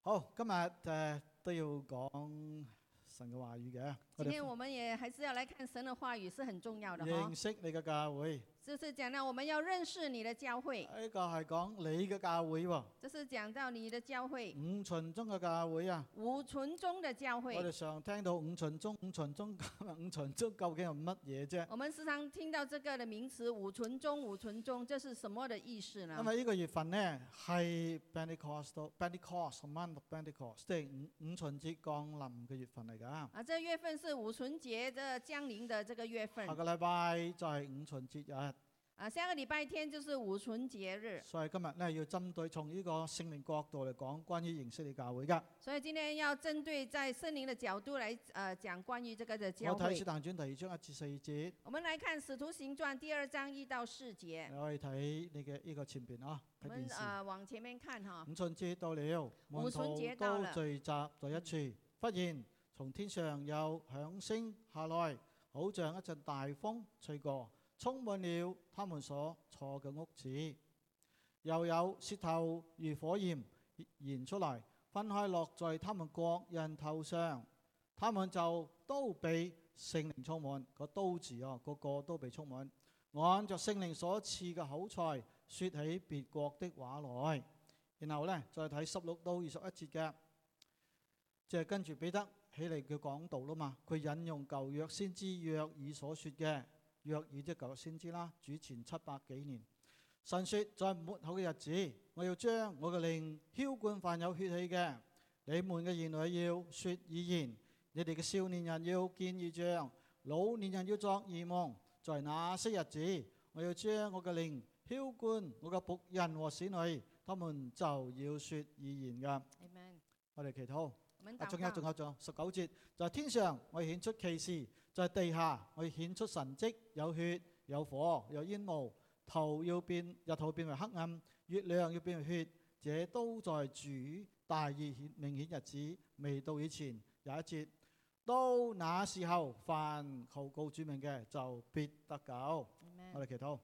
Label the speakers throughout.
Speaker 1: 好，今日誒、呃都要講神嘅話語嘅，我
Speaker 2: 今天
Speaker 1: 哋
Speaker 2: 我们也还是要来看神的话語是很重要的哈
Speaker 1: 認，識你嘅教會，
Speaker 2: 就是講到我們要認識你的教會，
Speaker 1: 呢個係講你嘅教會喎，
Speaker 2: 就是講到你的教會，
Speaker 1: 五旬宗嘅教會啊。
Speaker 2: 五旬宗的教
Speaker 1: 我哋
Speaker 2: 會。
Speaker 1: 常聽到五旬宗、五旬宗、五旬宗究竟係乜嘢啫？
Speaker 2: 我們時常聽到這個的名詞“五旬宗”，五旬宗这是什麼的意思
Speaker 1: 因
Speaker 2: 呢？
Speaker 1: 為呢個月份呢係 Pentecostal Pentecost month of Pentecost，即係五五旬節降臨嘅月份嚟㗎。
Speaker 2: 啊，這月份是五旬節的降臨的這個月份
Speaker 1: 下個禮拜就係五旬節日，
Speaker 2: 啊，下個禮拜天就是五旬節日，
Speaker 1: 所以今日呢要針對從呢個聖靈角度嚟講，關於認識你教會㗎。
Speaker 2: 所以今天要針對在聖靈的角度來呃講關於這個的教
Speaker 1: 我睇《
Speaker 2: 會
Speaker 1: 使。徒行傳》第二章一至四節，
Speaker 2: 我們來看《使徒行傳》第二章一到四節，
Speaker 1: 你可以睇你嘅呢個前邊啊，
Speaker 2: 我
Speaker 1: 睇
Speaker 2: 們
Speaker 1: 電視。
Speaker 2: 呃往前面看哈。
Speaker 1: 五旬節到了，門徒
Speaker 2: 節到
Speaker 1: 都
Speaker 2: 了嗯
Speaker 1: 聚集在一處。忽然從天上有響聲下來，好像一陣大風吹過，充滿了他們所坐嘅屋子。又有舌頭如火焰燃出來，分開落在他們各人頭上。他們就都被聖靈充滿，個刀字啊，個個都被充滿。按着聖靈所賜嘅口才，說起別國的話來。然後呢，再睇十六到二十一節嘅，即係跟住彼得起嚟佢講道啦嘛，佢引用舊約先知約珥所說嘅，約珥即係舊約先知啦，主前七百幾年。神說：在末後嘅日子，我要將我嘅靈澆灌凡有血氣嘅，你們嘅兒女要說語言，你哋嘅少年人要見異象，老年人要作異夢。在那些日子，我要將我嘅靈澆灌我嘅仆人和使女，他們就要說預言嘅。
Speaker 2: Amen。
Speaker 1: 我哋祈禱。
Speaker 2: 我們
Speaker 1: 啊，
Speaker 2: 祷
Speaker 1: 仲有
Speaker 2: 告。
Speaker 1: 仲有仲有十九節，在天上我顯出奇事，在地下我顯出神蹟，有血有火有煙霧，頭要變日頭變為黑暗，月亮要變為血，這都在主大義顯明顯日子未到以前。有一節，到那時候，凡求告主名嘅就必得救。我
Speaker 2: Amen
Speaker 1: 哋祈禱，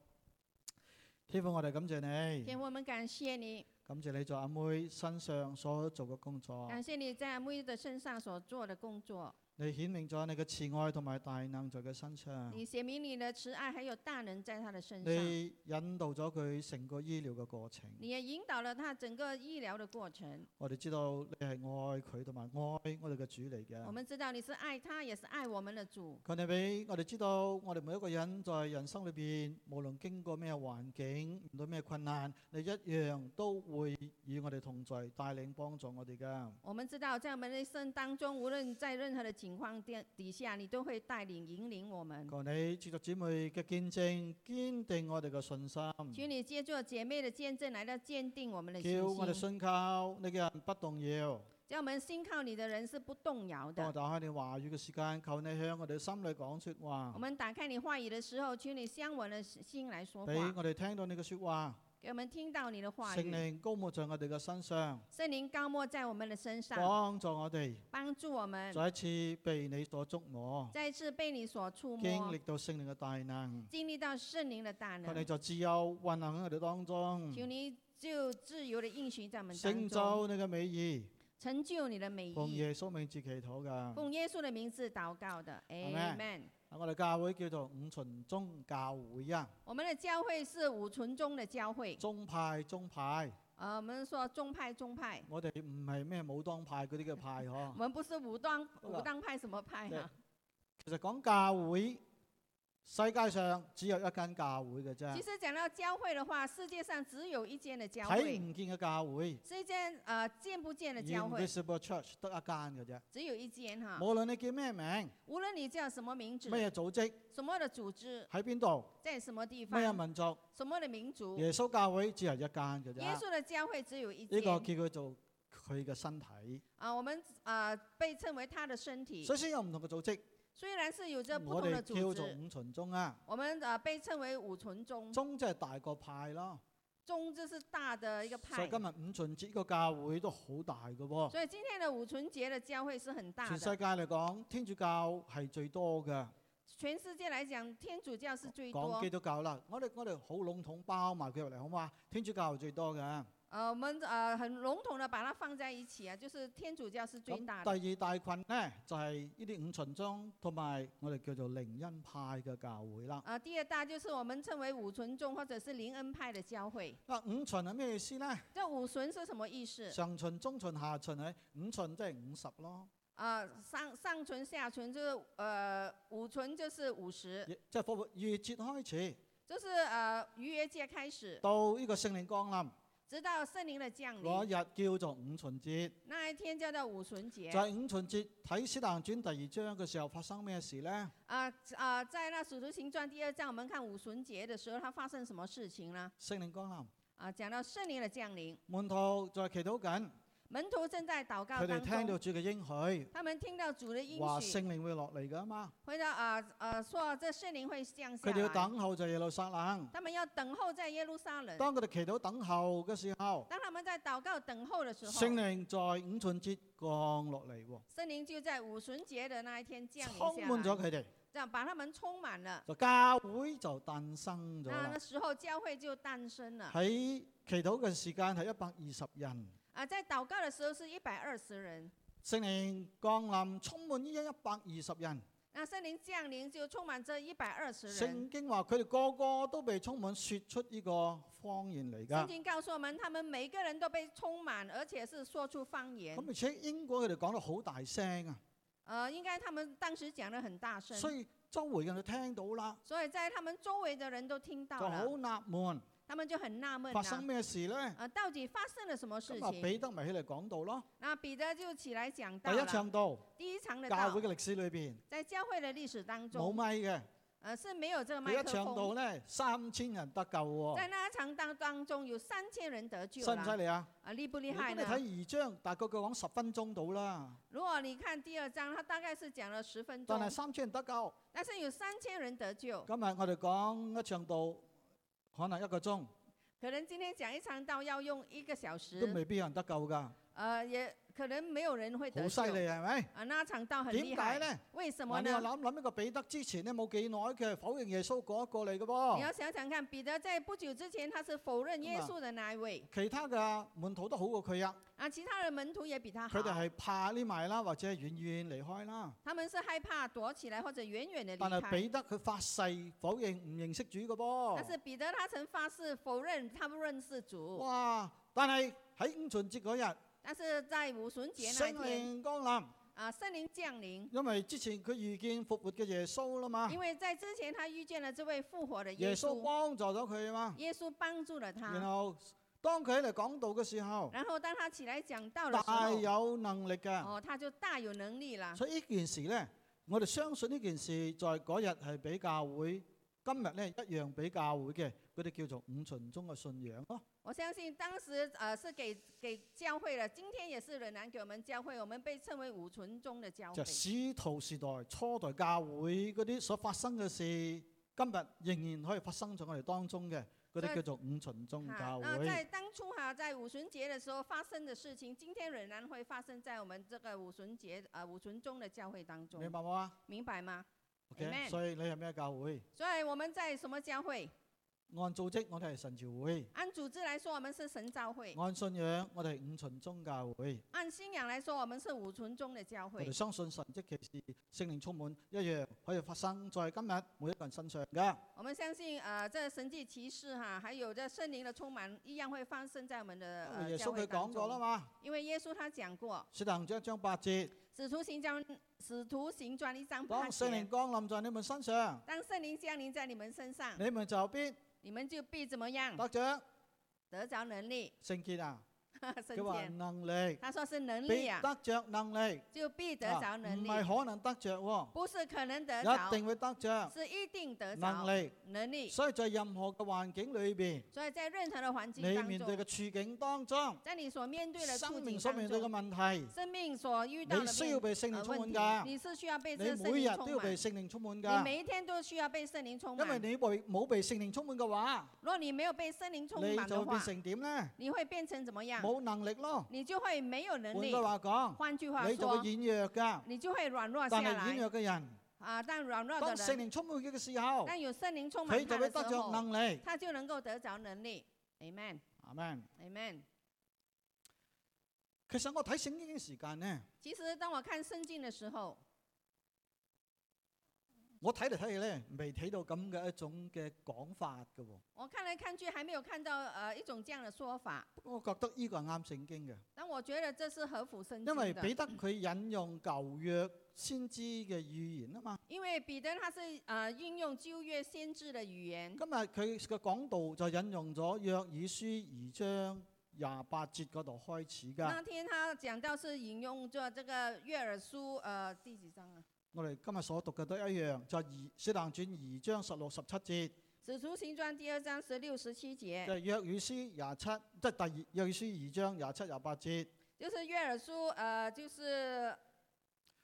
Speaker 1: 天父，我哋感謝
Speaker 2: 天
Speaker 1: 你，
Speaker 2: 父，我們感謝你，
Speaker 1: 感謝你在阿妹身上所做嘅工作。
Speaker 2: 感謝你在每日的身上所做的工作，
Speaker 1: 你顯明咗你嘅慈愛同埋大能在佢身上，
Speaker 2: 你顯明你的慈愛還有大能在他的身上，
Speaker 1: 你引導咗佢成個醫療嘅過程。
Speaker 2: 你也引導了他整個醫療的過程。
Speaker 1: 我哋知道你係愛佢同埋愛我哋嘅主嚟
Speaker 2: 我
Speaker 1: 嘅。
Speaker 2: 們知道你是愛他，也是愛我們的主。
Speaker 1: 佢哋俾我哋知道，我哋每一個人在人生裏邊，無論經過咩環境、遇到咩困難，你一樣都會與我哋同在，帶領幫助我哋嘅。
Speaker 2: 我們知道，在我們的一生當中，無論在任何的情況底底下，你都會帶領引領我們。
Speaker 1: 求你接續姊妹嘅見證，堅定我哋嘅信心。
Speaker 2: 求你借助姐妹的見證來到堅定我們的信
Speaker 1: 叫我哋
Speaker 2: 心，
Speaker 1: 信靠你嘅人不動搖。
Speaker 2: 叫我們信靠你的人是不動搖
Speaker 1: 當我
Speaker 2: 的。
Speaker 1: 打開你話語嘅時間，求你向我哋心裏講说話
Speaker 2: 我，们打开你话語的時候，求你向我的心來说
Speaker 1: 俾
Speaker 2: 話，
Speaker 1: 我哋聽到你嘅说話，
Speaker 2: 給我們聽到你的話
Speaker 1: 聖
Speaker 2: 語。
Speaker 1: 靈高牧在我哋嘅身上，
Speaker 2: 聖靈高莫在我們的身上，
Speaker 1: 幫助我哋
Speaker 2: 幫助我們
Speaker 1: 再一次被你所觸摸，
Speaker 2: 再一次被你所觸
Speaker 1: 經
Speaker 2: 摸
Speaker 1: 歷，到聖靈嘅大能，
Speaker 2: 經歷到聖靈的大
Speaker 1: 求你
Speaker 2: 能。
Speaker 1: 就自由運行喺我哋當中，
Speaker 2: 求你就自由的應許在我們當
Speaker 1: 成
Speaker 2: 中，
Speaker 1: 就你嘅美意，
Speaker 2: 成就你的美
Speaker 1: 奉
Speaker 2: 意。
Speaker 1: 耶穌名字祈禱噶。
Speaker 2: 奉耶穌的名字禱告的
Speaker 1: Amen
Speaker 2: ，Amen。
Speaker 1: 我哋教會叫做五旬宗教會啊，
Speaker 2: 我們的教會是五旬宗的教會，
Speaker 1: 宗派宗派，
Speaker 2: 呃，我们说宗派宗派，
Speaker 1: 我哋唔係咩武當派嗰啲嘅派
Speaker 2: 我
Speaker 1: 嗬。
Speaker 2: 們不是武當
Speaker 1: 不啦
Speaker 2: 武當派什麼派啊？
Speaker 1: 其實講教會，世界上只有一間教會嘅
Speaker 2: 其
Speaker 1: 啫，
Speaker 2: 實講到教會的話，世界上只有一間的教
Speaker 1: 睇
Speaker 2: 會，
Speaker 1: 唔見嘅教會
Speaker 2: 是一間呃見不見的教會，
Speaker 1: ，Invisible Church 得一間嘅啫。
Speaker 2: 只有一間哈。
Speaker 1: 無論你叫咩名、
Speaker 2: 無論你叫什麼名字、
Speaker 1: 咩組織、
Speaker 2: 什麼的組織，
Speaker 1: 喺邊度、
Speaker 2: 在什麼地
Speaker 1: 咩
Speaker 2: 方、
Speaker 1: 民族，
Speaker 2: 什麼的民族，
Speaker 1: 耶穌教會只有一間嘅
Speaker 2: 耶
Speaker 1: 啫。
Speaker 2: 穌的教會只有一
Speaker 1: 呢個
Speaker 2: 間
Speaker 1: 叫佢做佢嘅身體。
Speaker 2: 啊。我們呃被稱為他的身體，
Speaker 1: 所以先有唔同嘅組織，
Speaker 2: 雖然是有着不
Speaker 1: 我
Speaker 2: 同
Speaker 1: 哋
Speaker 2: 的
Speaker 1: 叫
Speaker 2: 組
Speaker 1: 做
Speaker 2: 織。
Speaker 1: 五旬宗啊。
Speaker 2: 我們呃被稱為五旬宗，
Speaker 1: 宗即係大個派咯。
Speaker 2: 宗就是大的一個
Speaker 1: 所
Speaker 2: 派
Speaker 1: 以。今日五旬節個教會都好大嘅喎。
Speaker 2: 所以今天的五旬節的教會是很大
Speaker 1: 全世界
Speaker 2: 的，
Speaker 1: 嚟講，天主教係最多嘅。
Speaker 2: 全世界來講，天主教是最
Speaker 1: 講
Speaker 2: 多
Speaker 1: 基。督教啦，我哋我哋好籠統包埋佢入嚟，好嘛？天主教係最多嘅，
Speaker 2: 呃，我们呃很笼统的把它放在一起啊，就是天主教是最大的。
Speaker 1: 咁第二大群呢，就係呢啲五旬宗同埋我哋叫做靈恩派嘅教會啦。
Speaker 2: 呃，第二大就是我们称为五旬宗或者是灵恩派的教会。
Speaker 1: 啊，五旬係咩意思呢？
Speaker 2: 这五旬是什么意思？
Speaker 1: 上旬、中旬、下旬係五旬，即係五十咯，
Speaker 2: 呃，上上旬、下旬就是呃五旬就是五十，
Speaker 1: 亦即係復活逾節開始
Speaker 2: 就是呃逾越节开始，
Speaker 1: 到呢個聖靈降臨
Speaker 2: 直到圣灵的降
Speaker 1: 嗰
Speaker 2: 临，
Speaker 1: 日叫做五旬節。
Speaker 2: 那一天叫做五旬节
Speaker 1: 就。係五旬節睇《使徒行傳》第二章嘅時候發生咩事呢？
Speaker 2: 啊啊，在那《使徒行传》第二章，我们看五旬节的时候，它发生什么事情呢？
Speaker 1: 聖靈降臨，
Speaker 2: 啊，讲到圣灵的降临，
Speaker 1: 門徒在祈禱緊，
Speaker 2: 门徒正在祷告
Speaker 1: 佢哋
Speaker 2: 当
Speaker 1: 聽到
Speaker 2: 中，
Speaker 1: 主嘅應許，
Speaker 2: 他们听到主的应
Speaker 1: 話
Speaker 2: 许，
Speaker 1: 聖靈會落嚟㗎嘛，
Speaker 2: 回到啊啊，说这圣灵会降下
Speaker 1: 佢哋要
Speaker 2: 来，
Speaker 1: 等候就耶路撒冷。
Speaker 2: 他们要等候在耶路撒冷。
Speaker 1: 當佢哋祈禱等候嘅時候，
Speaker 2: 当他们在祷告等候的时候，
Speaker 1: 聖靈在五旬節降落嚟喎，
Speaker 2: 圣灵就在五旬节的那一天降
Speaker 1: 充
Speaker 2: 临
Speaker 1: 滿
Speaker 2: 下
Speaker 1: 咗
Speaker 2: 来，
Speaker 1: 佢哋，
Speaker 2: 这样把他们充满了。
Speaker 1: 就教會就誕生咗
Speaker 2: 那
Speaker 1: 啦
Speaker 2: 那。时候教会就诞生了
Speaker 1: 喺祈禱嘅時間係一百二十人，
Speaker 2: 啊！在祷告的时候是一百二十人，
Speaker 1: 聖靈降臨充滿呢一百二十人。
Speaker 2: 那圣灵降临就充满这一百二十人。
Speaker 1: 聖經話佢哋個個都被充滿說出呢個方言嚟
Speaker 2: 圣
Speaker 1: 㗎。
Speaker 2: 经告诉我们，他们每个人都被充满，而且是说出方言
Speaker 1: 咁。而且英國佢哋講得好大聲啊，
Speaker 2: 呃，应该他们当时讲的很大声，
Speaker 1: 所以周圍嘅人就聽到啦，
Speaker 2: 所以在他们周围的人都听
Speaker 1: 就好
Speaker 2: 到了，
Speaker 1: 納悶，
Speaker 2: 他们就很纳闷
Speaker 1: 發生
Speaker 2: 啊，
Speaker 1: 咩事呢？
Speaker 2: 呃，到底發生了什么事
Speaker 1: 咁啊，
Speaker 2: 情？
Speaker 1: 彼得咪起嚟講道咯。
Speaker 2: 那彼得就起来讲
Speaker 1: 第
Speaker 2: 到
Speaker 1: 一
Speaker 2: 了
Speaker 1: 場道，
Speaker 2: 第一场的
Speaker 1: 教
Speaker 2: 道
Speaker 1: 會，嘅歷史裏邊
Speaker 2: 在教会的历史当
Speaker 1: 冇
Speaker 2: 中，
Speaker 1: 咪嘅。
Speaker 2: 呃，是没有这个
Speaker 1: 第
Speaker 2: 麦
Speaker 1: 一
Speaker 2: 克
Speaker 1: 場道
Speaker 2: 风，
Speaker 1: 呢，三千人得救
Speaker 2: 在
Speaker 1: 喎，
Speaker 2: 那一场当当中有三千人得救
Speaker 1: 犀唔犀
Speaker 2: 了，
Speaker 1: 利啊？
Speaker 2: 啊，厉不厉
Speaker 1: 如果
Speaker 2: 害
Speaker 1: 你
Speaker 2: 呢？
Speaker 1: 睇二章，大概佢講十分鐘到啦，
Speaker 2: 如果你看第二章，他大概是讲了十分
Speaker 1: 但係
Speaker 2: 钟，
Speaker 1: 三千人得救。
Speaker 2: 但是有三千人得救。
Speaker 1: 今日我哋講一場道，可能一個鐘
Speaker 2: 可能今天讲一场道要用一个小
Speaker 1: 都
Speaker 2: 时，
Speaker 1: 未必有人得救㗎。
Speaker 2: 呃，也可能没有人会
Speaker 1: 好
Speaker 2: 得
Speaker 1: 犀
Speaker 2: 救。
Speaker 1: 利係咪？
Speaker 2: 啊，那场道很厉
Speaker 1: 點解
Speaker 2: 害。
Speaker 1: 咧？
Speaker 2: 为什么
Speaker 1: 嗱，你又
Speaker 2: 呢？
Speaker 1: 諗諗一個彼得之前咧冇幾耐嘅否認耶穌嗰一個嚟嘅
Speaker 2: 你要
Speaker 1: 噃，
Speaker 2: 想想看，彼得在不久之前他是否认耶稣的那一位，
Speaker 1: 其他嘅門徒都好過佢啊，
Speaker 2: 啊，其他的门徒也比他
Speaker 1: 佢哋
Speaker 2: 好。
Speaker 1: 係怕匿埋啦，或者係遠遠離開啦。
Speaker 2: 他们是害怕躲起来或者远远的
Speaker 1: 但
Speaker 2: 离
Speaker 1: 係
Speaker 2: 开。
Speaker 1: 彼得佢發誓否認唔認識主嘅
Speaker 2: 但是
Speaker 1: 噃。
Speaker 2: 彼得他曾发誓否认他不认识主，
Speaker 1: 哇！但係喺五旬節嗰日，
Speaker 2: 但是在五旬节那
Speaker 1: 聖
Speaker 2: 一天
Speaker 1: 靈降臨，
Speaker 2: 啊，圣灵降临，
Speaker 1: 因為之前佢遇見復活嘅耶穌啦嘛
Speaker 2: 因，为在之前他遇见了这位复活的啊耶
Speaker 1: 耶穌
Speaker 2: 稣，
Speaker 1: 幫助咗佢啊嘛。
Speaker 2: 耶稣帮助了
Speaker 1: 然
Speaker 2: 他。
Speaker 1: 後當佢嚟講道嘅時候，
Speaker 2: 然后当他起来讲道的时
Speaker 1: 大
Speaker 2: 候，
Speaker 1: 有能力嘅。
Speaker 2: 哦，他就大有能力了。
Speaker 1: 所以呢件事呢，我哋相信呢件事在嗰日係俾教會，今日呢一樣俾教會嘅，佢哋叫做五旬宗嘅信仰咯。
Speaker 2: 我相信当时呃是给给教会了，今天也是仍然给我们教会，我们被称为五旬宗的教
Speaker 1: 就
Speaker 2: 会
Speaker 1: 係。使徒時代初代教會嗰啲所發生嘅事，今日仍然可以發生在我哋當中嘅，嗰啲叫做五旬宗
Speaker 2: 哈
Speaker 1: 教
Speaker 2: 那
Speaker 1: 會。
Speaker 2: 在当初哈、在五旬节的时候发生的事情，今天仍然会发生在我们这个五旬节呃五旬宗的教会当
Speaker 1: 明
Speaker 2: 中，
Speaker 1: 白冇啊
Speaker 2: 明白吗？
Speaker 1: ？OK，
Speaker 2: Amen
Speaker 1: 所以你係咩教會？
Speaker 2: 所以我们在什么教会？
Speaker 1: 按組織我哋係神召會，
Speaker 2: 按组织来说，我们是神召会；
Speaker 1: 按信仰我哋係五旬宗教會。
Speaker 2: 按信仰来说，我们是五旬宗的教
Speaker 1: 我
Speaker 2: 会
Speaker 1: 哋。相信神蹟奇事、聖靈充滿一樣可以發生在今日每一個人身上嘅。
Speaker 2: 我们相信呃这神迹奇事哈、还有这圣灵的充满，一样会发生在我们的
Speaker 1: 因為
Speaker 2: 呃
Speaker 1: 耶
Speaker 2: 教
Speaker 1: 穌
Speaker 2: 会
Speaker 1: 佢
Speaker 2: 当
Speaker 1: 講過啦
Speaker 2: 中。
Speaker 1: 嘛，
Speaker 2: 因为耶稣他讲过。
Speaker 1: 《使徒行傳》一章八節，
Speaker 2: 使徒行传，使徒行传一章八
Speaker 1: 當聖
Speaker 2: 节
Speaker 1: 靈，降臨在你們身上，
Speaker 2: 当圣灵降临在你们身上，
Speaker 1: 你們就必
Speaker 2: 你们就必怎么样？
Speaker 1: 得着
Speaker 2: 得着能力，
Speaker 1: 聖潔啊！
Speaker 2: 升
Speaker 1: 佢話
Speaker 2: 天。
Speaker 1: 能力，
Speaker 2: 他说是能力
Speaker 1: 必
Speaker 2: 啊，
Speaker 1: 得着能力，
Speaker 2: 就必得
Speaker 1: 啊
Speaker 2: 着能
Speaker 1: 唔
Speaker 2: 力，
Speaker 1: 係可能得着喎，
Speaker 2: 不是可能得着
Speaker 1: 一，定會得着
Speaker 2: 是一定得
Speaker 1: 能
Speaker 2: 着
Speaker 1: 力。
Speaker 2: 能力。
Speaker 1: 所以在任何嘅環境裏邊，
Speaker 2: 所以在任何的环
Speaker 1: 你
Speaker 2: 境当
Speaker 1: 面對嘅
Speaker 2: 中，
Speaker 1: 處境當中，
Speaker 2: 在你所面对的处
Speaker 1: 生
Speaker 2: 境
Speaker 1: 命所面
Speaker 2: 当
Speaker 1: 對嘅
Speaker 2: 中，
Speaker 1: 問題，
Speaker 2: 生命所遇到
Speaker 1: 你
Speaker 2: 的
Speaker 1: 需要
Speaker 2: 问
Speaker 1: 被聖靈
Speaker 2: 呃
Speaker 1: 充滿
Speaker 2: 问
Speaker 1: 㗎
Speaker 2: 题，。你是需要被
Speaker 1: 你
Speaker 2: 这个圣
Speaker 1: 每
Speaker 2: 灵
Speaker 1: 日都
Speaker 2: 充
Speaker 1: 要
Speaker 2: 滿
Speaker 1: 被。聖靈充滿
Speaker 2: 你
Speaker 1: 㗎，
Speaker 2: 每一天都需要被圣灵充
Speaker 1: 因為
Speaker 2: 满。
Speaker 1: 你冇冇被聖靈充滿嘅話，
Speaker 2: 如果你没有被圣灵充
Speaker 1: 你
Speaker 2: 满的
Speaker 1: 就會變
Speaker 2: 话，
Speaker 1: 成點呢？
Speaker 2: 你會變成怎么样？
Speaker 1: 冇能力咯。
Speaker 2: 你就会沒有能
Speaker 1: 換
Speaker 2: 力
Speaker 1: 句。話講，
Speaker 2: 换句话
Speaker 1: 你就會
Speaker 2: 说，
Speaker 1: 軟弱㗎。
Speaker 2: 你就会軟弱下
Speaker 1: 但係軟
Speaker 2: 來
Speaker 1: 弱嘅人，
Speaker 2: 啊。但軟弱
Speaker 1: 當
Speaker 2: 的
Speaker 1: 聖
Speaker 2: 人，
Speaker 1: 靈充滿佢嘅時候，
Speaker 2: 但有聖靈充滿
Speaker 1: 佢就
Speaker 2: 他
Speaker 1: 會
Speaker 2: 的
Speaker 1: 得
Speaker 2: 時
Speaker 1: 着
Speaker 2: 候，
Speaker 1: 能力。
Speaker 2: 他就能夠得着能力。Amen，Amen
Speaker 1: Amen。
Speaker 2: Amen。
Speaker 1: 其實我睇聖經嘅時間呢，
Speaker 2: 其实当我看圣经的时候，
Speaker 1: 我睇嚟睇去呢，未睇到咁嘅一種嘅講法嘅喎。
Speaker 2: 我看来看去还没有看到呃一種这样的说法，
Speaker 1: 不過我覺得呢個係啱聖經嘅，
Speaker 2: 但我觉得这是合乎圣
Speaker 1: 因為
Speaker 2: 经的，
Speaker 1: 彼得佢引用舊約先知嘅預言啊嘛。
Speaker 2: 因为彼得他是呃运用旧约先知的语言。
Speaker 1: 今日佢嘅講道就引用咗約珥書二章廿八節嗰度開始㗎。
Speaker 2: 那天他讲到是引用着这个约珥书呃第几章啊？
Speaker 1: 我哋今日所讀嘅都一樣，就係二《使徒行傳》二章十六十七節，
Speaker 2: 使徒行传第二章十六十七
Speaker 1: 就
Speaker 2: 节，
Speaker 1: 係約語書廿七，即係第二約語書二章廿七廿八節，第
Speaker 2: 就是约珥书呃就是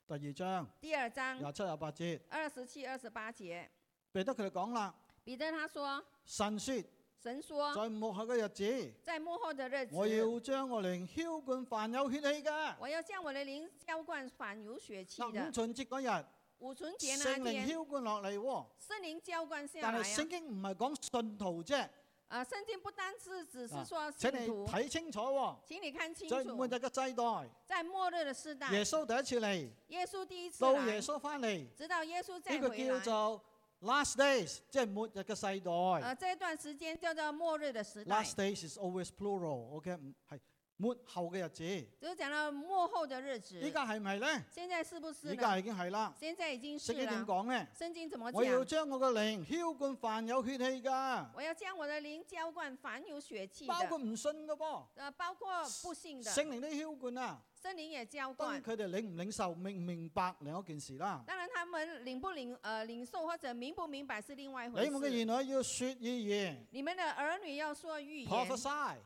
Speaker 1: 二章
Speaker 2: 第二章
Speaker 1: 廿七廿八節，
Speaker 2: 二十七、二十八节，
Speaker 1: 彼得佢哋講啦，
Speaker 2: 彼得他说：
Speaker 1: 神說
Speaker 2: 神说，
Speaker 1: 在幕後嘅日子，
Speaker 2: 在幕后的日子，
Speaker 1: 我要將我靈轎灌凡有血氣嘅。
Speaker 2: 嗯我要将我的灵浇灌反有血气
Speaker 1: 嗱，
Speaker 2: 的
Speaker 1: 五。旬節嗰日，
Speaker 2: 五啊旬节
Speaker 1: 聖
Speaker 2: 那
Speaker 1: 靈
Speaker 2: 天，
Speaker 1: 轎灌落嚟喎，
Speaker 2: 圣灵浇灌下
Speaker 1: 但
Speaker 2: 来
Speaker 1: 係
Speaker 2: 啊。
Speaker 1: 聖經唔係講信徒啫，
Speaker 2: 啊，圣经不单是只是
Speaker 1: 啊
Speaker 2: 说
Speaker 1: 請
Speaker 2: 信
Speaker 1: 你
Speaker 2: 徒，
Speaker 1: 睇清楚喎。
Speaker 2: 请你看清
Speaker 1: 在末日
Speaker 2: 楚，
Speaker 1: 嘅世代，
Speaker 2: 在末日的世代，
Speaker 1: 耶穌第一次嚟，
Speaker 2: 耶稣第一次
Speaker 1: 到耶
Speaker 2: 来，
Speaker 1: 穌翻嚟。
Speaker 2: 直到耶稣再
Speaker 1: 呢個
Speaker 2: 回
Speaker 1: 叫
Speaker 2: 来。
Speaker 1: 做 last days，即係末日嘅世代。
Speaker 2: 呃，这段时间叫做末日的时代，
Speaker 1: last days is always plural，OK，、唔係末後嘅日子。
Speaker 2: 就是讲到幕后的日子
Speaker 1: 依。家係咪咧？
Speaker 2: 现在是不是
Speaker 1: 依
Speaker 2: 呢？
Speaker 1: 家已經係啦。
Speaker 2: 现在已经
Speaker 1: 聖
Speaker 2: 是
Speaker 1: 經點
Speaker 2: 了。
Speaker 1: 講咧？
Speaker 2: 圣经怎么
Speaker 1: 我要
Speaker 2: 讲？
Speaker 1: 將我嘅靈轎灌凡有血氣㗎，
Speaker 2: 我要将我的灵浇灌凡有血气
Speaker 1: 包括
Speaker 2: 的，
Speaker 1: 唔信嘅噃。
Speaker 2: 呃，包括不信的，
Speaker 1: 聖靈都轎灌啊！
Speaker 2: 圣灵也浇
Speaker 1: 當然
Speaker 2: 灌。
Speaker 1: 佢哋領唔領受、明唔明白另一件事啦。
Speaker 2: 当然，他们领不领呃领受或者明不明白是另外一回
Speaker 1: 你
Speaker 2: 事。
Speaker 1: 們嘅兒女要説預言
Speaker 2: 你们的儿女要说预言，
Speaker 1: ，prophesy。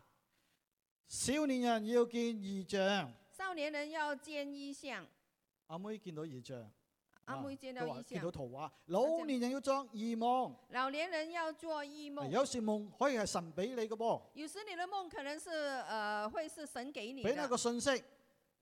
Speaker 1: 少年人要見異象，
Speaker 2: 少年人要见异象，
Speaker 1: 阿妹見到異象。
Speaker 2: 阿
Speaker 1: 啊
Speaker 2: 妹见到
Speaker 1: 佢話
Speaker 2: 异
Speaker 1: 見
Speaker 2: 象
Speaker 1: 到，圖畫，老年人要作異夢，
Speaker 2: 老年人要做异梦。
Speaker 1: 有時夢可以係神俾你嘅噃，
Speaker 2: 有时你的梦可能是呃会是神给你
Speaker 1: 俾你一
Speaker 2: 的
Speaker 1: 個信息，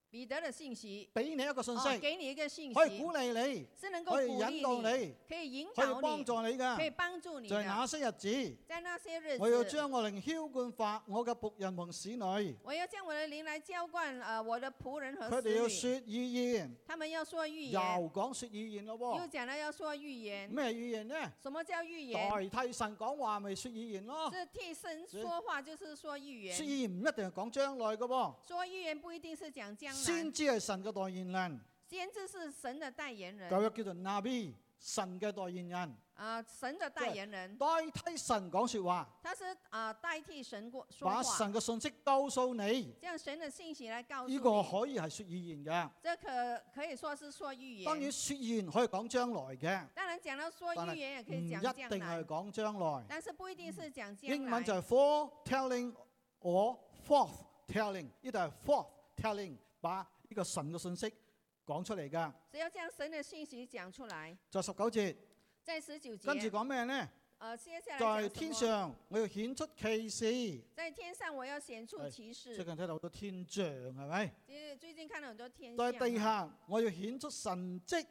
Speaker 2: 彼得的信息，
Speaker 1: 俾你一個信
Speaker 2: 哦，
Speaker 1: 息，
Speaker 2: 给你一个信
Speaker 1: 可以
Speaker 2: 息
Speaker 1: 鼓，勵你，
Speaker 2: 是能够
Speaker 1: 可以
Speaker 2: 鼓励
Speaker 1: 引導你，
Speaker 2: 可以引
Speaker 1: 可以
Speaker 2: 导
Speaker 1: 幫
Speaker 2: 你，
Speaker 1: 助你
Speaker 2: 可以
Speaker 1: 嘅。
Speaker 2: 帮助你
Speaker 1: 就係
Speaker 2: 的。
Speaker 1: 那些日子，
Speaker 2: 在那些日
Speaker 1: 我要
Speaker 2: 子，
Speaker 1: 將我靈轎灌發我嘅仆人和使女，佢
Speaker 2: 我要将我的灵来浇灌呃我的仆人和
Speaker 1: 哋要
Speaker 2: 使女，
Speaker 1: 説預言，
Speaker 2: 他们要说预
Speaker 1: 又
Speaker 2: 言，
Speaker 1: 講説預言
Speaker 2: 又
Speaker 1: 咯
Speaker 2: 讲了要说预
Speaker 1: 喎。
Speaker 2: 言。
Speaker 1: 咩預言呢？
Speaker 2: 什么叫预言？
Speaker 1: 代替神講話咪説預言咯。
Speaker 2: 是替神
Speaker 1: 所以
Speaker 2: 说话，就是说预
Speaker 1: 説
Speaker 2: 言。
Speaker 1: 預言唔一定係講將來嘅噃，
Speaker 2: 说预言不一定是讲将来
Speaker 1: 先，知係神嘅代言人。
Speaker 2: 先知是神的代言人
Speaker 1: 舊約叫做 Nabi，神嘅代言人，
Speaker 2: 啊，神的代言人，
Speaker 1: 代替神講说話，
Speaker 2: 他是啊代替神过说
Speaker 1: 把
Speaker 2: 话，
Speaker 1: 神嘅信息告訴你。
Speaker 2: 这样神的信息来告诉
Speaker 1: 呢個
Speaker 2: 你。
Speaker 1: 可以係说預言嘅，
Speaker 2: 这可可以说是说预言。
Speaker 1: 當然说預言可以講將來嘅，
Speaker 2: 当然讲到说预言也可
Speaker 1: 唔
Speaker 2: 以
Speaker 1: 嗯一
Speaker 2: 讲将
Speaker 1: 定係
Speaker 2: 来，
Speaker 1: 講將來。
Speaker 2: 但是不一定是讲将
Speaker 1: 英文就
Speaker 2: 来。
Speaker 1: 係 foretelling or forthtelling，呢度係 forthtelling，把呢個神嘅信息講出嚟嘅。
Speaker 2: 只要将神的信息讲出来，
Speaker 1: 就十九節，
Speaker 2: 在十九
Speaker 1: 跟住
Speaker 2: 节，
Speaker 1: 講咩呢？
Speaker 2: 呃，接下来讲
Speaker 1: 在
Speaker 2: 什
Speaker 1: 天
Speaker 2: 么
Speaker 1: 上，我要顯出奇事。最
Speaker 2: 在天上我要显出
Speaker 1: 哎近
Speaker 2: 奇事。
Speaker 1: 睇到好多天象，係咪？
Speaker 2: 其实最近看了很多天
Speaker 1: 在
Speaker 2: 象
Speaker 1: 地
Speaker 2: 啊。
Speaker 1: 下，我要顯出神蹟。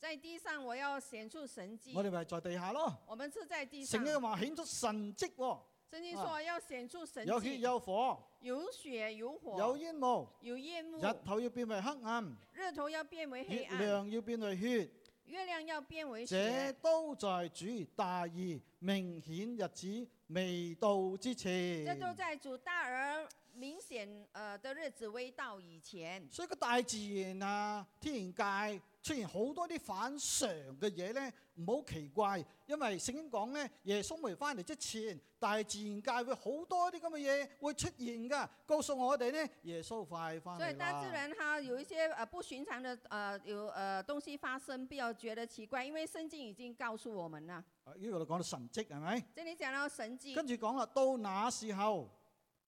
Speaker 2: 在地上我要显出神迹。啊
Speaker 1: 我哋咪在地下咯。
Speaker 2: 我们是在地上
Speaker 1: 聖。經話顯出神蹟喎，
Speaker 2: 圣经说要显出神
Speaker 1: 有血
Speaker 2: 迹，
Speaker 1: 有火，
Speaker 2: 有血有火
Speaker 1: 有，煙霧，
Speaker 2: 有夜幕，
Speaker 1: 日頭要變為黑暗，
Speaker 2: 日头要变为黑
Speaker 1: 月
Speaker 2: 暗，
Speaker 1: 亮要變為血，
Speaker 2: 月亮要变为
Speaker 1: 這
Speaker 2: 血。
Speaker 1: 都在主大義明顯日子未到之
Speaker 2: 这都
Speaker 1: 前。
Speaker 2: 在主大而明显呃的日子未到以前，
Speaker 1: 所以個大自然啊、天然界出現好多啲反常嘅嘢咧，唔好奇怪，因為聖經講咧，耶穌未翻嚟之前，大自然界會好多啲咁嘅嘢會出現㗎，告訴我哋咧，耶穌快翻
Speaker 2: 所以
Speaker 1: 嚟
Speaker 2: 大自
Speaker 1: 啦。
Speaker 2: 然它有一些呃不寻常的呃有呃东西发生，不要觉得奇怪，因为圣经已经告诉我们了。
Speaker 1: 啊呢個就講到神蹟係咪？
Speaker 2: 这里讲到神迹，
Speaker 1: 跟住講啦，到那時候，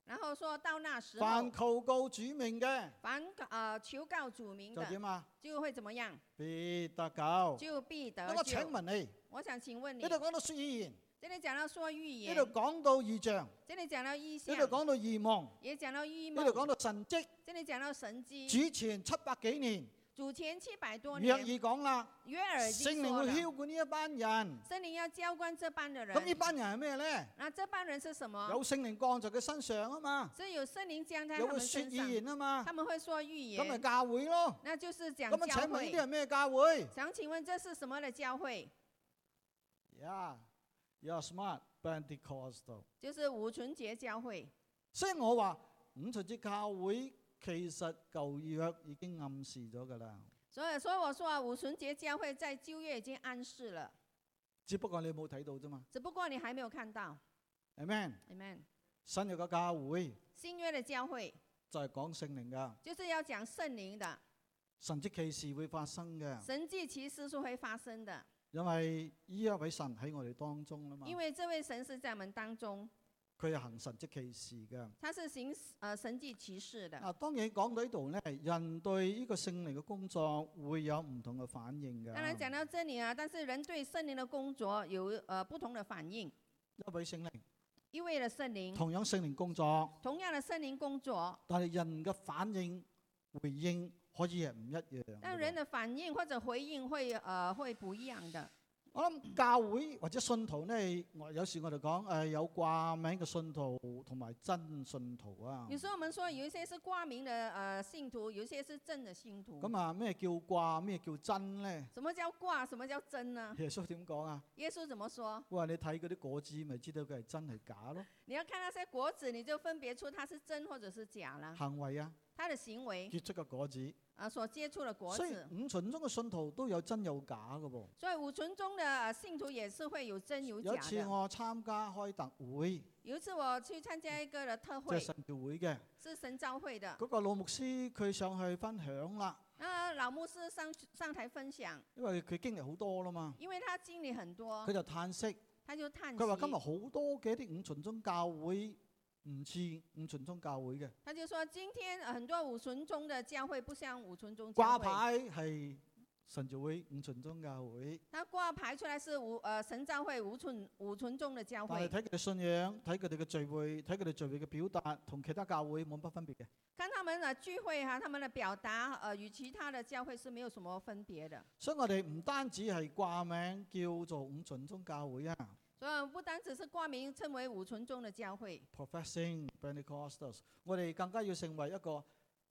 Speaker 2: 然后说到那时
Speaker 1: 凡
Speaker 2: 候，
Speaker 1: 求告主名嘅
Speaker 2: 凡呃求告主名
Speaker 1: 就
Speaker 2: 的
Speaker 1: 點啊？
Speaker 2: 就会怎么样？
Speaker 1: 必得救。
Speaker 2: 就必得
Speaker 1: 咁我
Speaker 2: 救
Speaker 1: 請。問你，
Speaker 2: 我想请问你
Speaker 1: 呢度，講到説預言，
Speaker 2: 这里讲到说预言
Speaker 1: 呢，度講到異象，呢
Speaker 2: 这里讲到意
Speaker 1: 度
Speaker 2: 象，
Speaker 1: 講到異夢，
Speaker 2: 也讲到预
Speaker 1: 呢
Speaker 2: 梦
Speaker 1: 度，講到神蹟。
Speaker 2: 这里讲到神迹。
Speaker 1: 主前七百幾年，
Speaker 2: 主前七百多
Speaker 1: 約
Speaker 2: 年，
Speaker 1: 珥講啦，
Speaker 2: 约尔已
Speaker 1: 聖
Speaker 2: 经
Speaker 1: 靈
Speaker 2: 说
Speaker 1: 會
Speaker 2: 了，
Speaker 1: 轎管呢一班人。
Speaker 2: 森林要浇灌这班的
Speaker 1: 咁呢
Speaker 2: 人。
Speaker 1: 班人係咩呢？
Speaker 2: 那这班人是什么？
Speaker 1: 有聖靈降在佢身上啊嘛，
Speaker 2: 是有森林啊降在
Speaker 1: 有
Speaker 2: 他
Speaker 1: 個
Speaker 2: 们
Speaker 1: 説
Speaker 2: 身上
Speaker 1: 語，言啊嘛，
Speaker 2: 他们会说预
Speaker 1: 咁咪
Speaker 2: 言，
Speaker 1: 教會咯。
Speaker 2: 那就是讲
Speaker 1: 咁啊，
Speaker 2: 教
Speaker 1: 請問呢啲
Speaker 2: 会。
Speaker 1: 係咩教會
Speaker 2: 想请问这是什么的教会？
Speaker 1: ？Yeah, you're smart, Pentecostal。
Speaker 2: 就是五旬节教会。
Speaker 1: 所以我話五旬節教會其實舊約已經暗示咗㗎啦，
Speaker 2: 所以，所以我说啊，五旬节教会在旧约已经暗示了，
Speaker 1: 只不過你冇睇到啫嘛。
Speaker 2: 只不过你还没有看到。
Speaker 1: Amen。
Speaker 2: Amen。
Speaker 1: 新約嘅教會
Speaker 2: 新约的教会
Speaker 1: 就係講聖靈㗎，
Speaker 2: 就是要讲圣灵的
Speaker 1: 啊神蹟奇事會發生嘅，
Speaker 2: 神迹奇事是会发生的，
Speaker 1: 因為呢一位神喺我哋當中啦嘛，
Speaker 2: 因为这位神是在我们当中，
Speaker 1: 佢係行神蹟奇事嘅。
Speaker 2: 他是行呃神迹奇事的。
Speaker 1: 嗱，當然講到呢度咧，人對呢個聖靈嘅工作會有唔同嘅反應
Speaker 2: 当然讲
Speaker 1: 㗎。
Speaker 2: 到这里啊，但是人对圣灵的工作有呃不同的反应。
Speaker 1: 一位聖靈，
Speaker 2: 一位的圣灵，
Speaker 1: 同樣聖靈工作，
Speaker 2: 同样的圣灵工作，
Speaker 1: 但係人嘅反應回應可以係唔一樣㗎
Speaker 2: 但
Speaker 1: 喎。
Speaker 2: 人的反应或者回应会呃会不一样的。
Speaker 1: 我諗教會或者信徒咧，我有時我哋講誒有掛名嘅信徒同埋真信徒啊。
Speaker 2: 有时候我们说有一些是挂名的呃信徒，有一些是真的信徒。
Speaker 1: 咁啊，咩叫掛？咩叫真咧？
Speaker 2: 什么叫挂？什么叫真呢？
Speaker 1: 耶穌點講啊？
Speaker 2: 耶稣怎么说？
Speaker 1: 佢話你睇嗰啲果子，咪知道佢係真係假咯。
Speaker 2: 你要看那些果子，你就分别出它是真或者是假了。
Speaker 1: 行為啊，
Speaker 2: 他的行为
Speaker 1: 結出嘅果子。
Speaker 2: 啊、所接触的果
Speaker 1: 所以
Speaker 2: 子。
Speaker 1: 五旬中嘅信徒都有真有假嘅喎。
Speaker 2: 所以五旬中的、呃信徒也是会有真有假
Speaker 1: 有一次
Speaker 2: 的。
Speaker 1: 我參加開特會，
Speaker 2: 有一次我去参加一个的特
Speaker 1: 即係
Speaker 2: 会，
Speaker 1: 神召會嘅，
Speaker 2: 是神召会的。
Speaker 1: 嗰個老牧師佢上去分享啦，
Speaker 2: 那老牧师上去上台分享，
Speaker 1: 因為佢經歷好多啦嘛，
Speaker 2: 因为他经历很多
Speaker 1: 佢，就嘆息，
Speaker 2: 他就叹哦息
Speaker 1: 佢，話今日好多嘅啲五旬宗教會唔似五旬宗教會嘅，
Speaker 2: 他就说今天呃很多五旬中的教会不像五旬中
Speaker 1: 掛
Speaker 2: 教会，
Speaker 1: 牌係神召會五旬宗教會，
Speaker 2: 他挂牌出来是五呃神召会五旬五旬中的教
Speaker 1: 但係
Speaker 2: 会，
Speaker 1: 睇佢哋信仰，睇佢哋嘅聚會，睇佢哋聚會嘅表達，同其他教會冇乜分別嘅。
Speaker 2: 看他们的聚会哈、他们的表达呃与其他的教会是没有什么分别的。
Speaker 1: 所以我哋唔單止係掛名叫做五旬宗教會啊。
Speaker 2: 所以不单只是挂名称为五旬中的教会，
Speaker 1: professing Pentecostals，我哋更加要成為一個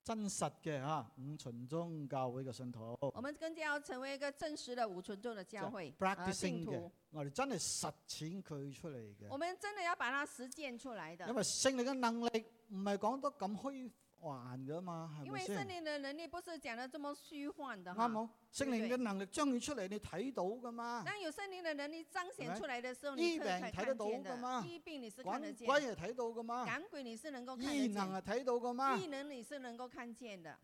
Speaker 1: 真實嘅嚇五旬宗教會嘅信徒。
Speaker 2: 我们更加要成为一个真实的五旬中的教会
Speaker 1: 就
Speaker 2: 呃信
Speaker 1: 啊 practicing 嘅
Speaker 2: 徒。
Speaker 1: 我哋真係實踐佢出嚟
Speaker 2: 我
Speaker 1: 嘅，
Speaker 2: 们真的要把它实践出来
Speaker 1: 因
Speaker 2: 的，
Speaker 1: 為聖靈嘅能力唔係講得咁虛幻噶嘛，係
Speaker 2: 因
Speaker 1: 咪
Speaker 2: 为圣
Speaker 1: 先？
Speaker 2: 灵的能力不是讲的这么虚幻的
Speaker 1: 啱
Speaker 2: 哈。
Speaker 1: 冇？聖靈嘅能力彰顯出嚟，你睇到噶嘛？
Speaker 2: 当有圣灵的能力彰显出来的时候，
Speaker 1: 医
Speaker 2: 你
Speaker 1: 病
Speaker 2: 可以
Speaker 1: 睇
Speaker 2: 看
Speaker 1: 得到
Speaker 2: 见
Speaker 1: 噶嘛
Speaker 2: 的。医病你是看得
Speaker 1: 趕
Speaker 2: 见，
Speaker 1: 鬼係睇到噶嘛？
Speaker 2: 赶鬼你是能够看得
Speaker 1: 異
Speaker 2: 见，
Speaker 1: 能係啊睇到噶嘛
Speaker 2: 异？能你是能够看见的。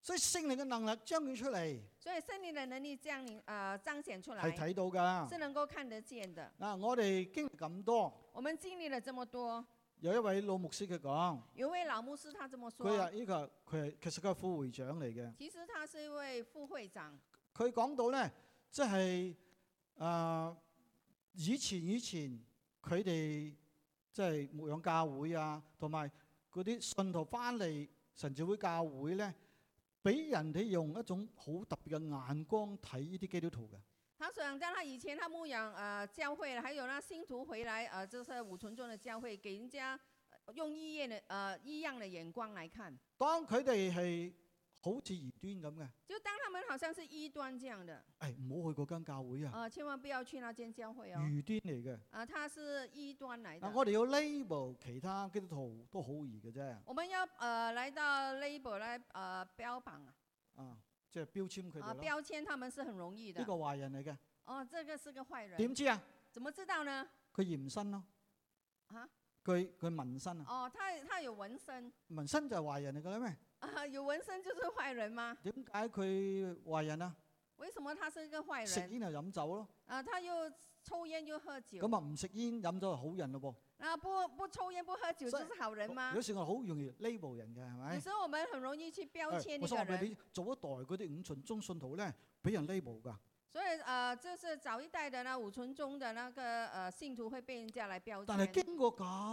Speaker 1: 所以聖靈嘅能力彰顯出嚟
Speaker 2: 所以圣灵的能力这样你呃彰显出
Speaker 1: 係
Speaker 2: 来，
Speaker 1: 睇到㗎。
Speaker 2: 是能够看得见的。
Speaker 1: 嗱，我哋經歷咁多，
Speaker 2: 我们经历了这么多，
Speaker 1: 有一位老牧師佢講。
Speaker 2: 有位老牧师他这么
Speaker 1: 佢啊，
Speaker 2: 说，
Speaker 1: 呢個佢係其實佢係副會長嚟嘅。
Speaker 2: 其实他是一位副会长，
Speaker 1: 佢講到咧，即係誒啊以前以前佢哋即係牧養教會啊，同埋嗰啲信徒翻嚟神召會教會咧，俾人哋用一種好特別嘅眼光睇呢啲基督徒嘅。
Speaker 2: 他想在他以前他牧养呃教会，还有那信徒回来呃，就是五重中的教会，给人家呃用异样的呃异样的眼光来看，
Speaker 1: 當佢哋係好似異端咁嘅，
Speaker 2: 就当他们好像是异端这样的，
Speaker 1: 誒唔好去嗰間教會啊，
Speaker 2: 呃，千万不要去那间教会哦，
Speaker 1: 異端嚟嘅。
Speaker 2: 啊、他是异端来
Speaker 1: 嗱，
Speaker 2: 的。
Speaker 1: 我哋要 label 其他基督徒都好易嘅啫，
Speaker 2: 我们要呃来到 label 来呃标榜啊，
Speaker 1: 啊，即係標籤佢
Speaker 2: 啊
Speaker 1: 哋咯。
Speaker 2: 标签他们是很容易的
Speaker 1: 呢。個壞人嚟嘅，
Speaker 2: 哦，这个是个坏人
Speaker 1: 點，知啊？
Speaker 2: 怎么知道呢？
Speaker 1: 佢驗身咯，
Speaker 2: 啊
Speaker 1: 佢佢紋身啊，
Speaker 2: 哦，他他有纹身
Speaker 1: 紋身就係壞人嚟㗎啦咩？
Speaker 2: 啊，有纹身就是坏人吗？
Speaker 1: 點解佢壞人啊？
Speaker 2: 为什么他是一个坏
Speaker 1: 食
Speaker 2: 人？
Speaker 1: 煙就飲酒咯，
Speaker 2: 啊，他又抽烟又喝酒，
Speaker 1: 咁啊唔食煙飲酒就好人咯
Speaker 2: 那不不抽烟不喝酒就
Speaker 1: 所以
Speaker 2: 是好人
Speaker 1: 噃。
Speaker 2: 吗
Speaker 1: 有？時我好容易 label 人嘅係
Speaker 2: 有
Speaker 1: 咪？
Speaker 2: 时候我们很容易去标
Speaker 1: 哎
Speaker 2: 签
Speaker 1: 我
Speaker 2: 一
Speaker 1: 想
Speaker 2: 个
Speaker 1: 話俾
Speaker 2: 人，
Speaker 1: 你，早一代嗰啲五旬中信徒咧，俾人 label 㗎。
Speaker 2: 所以呃，就是早一代的那五纯宗的那个呃信徒会被人家来标
Speaker 1: 但係
Speaker 2: 签。
Speaker 1: 經過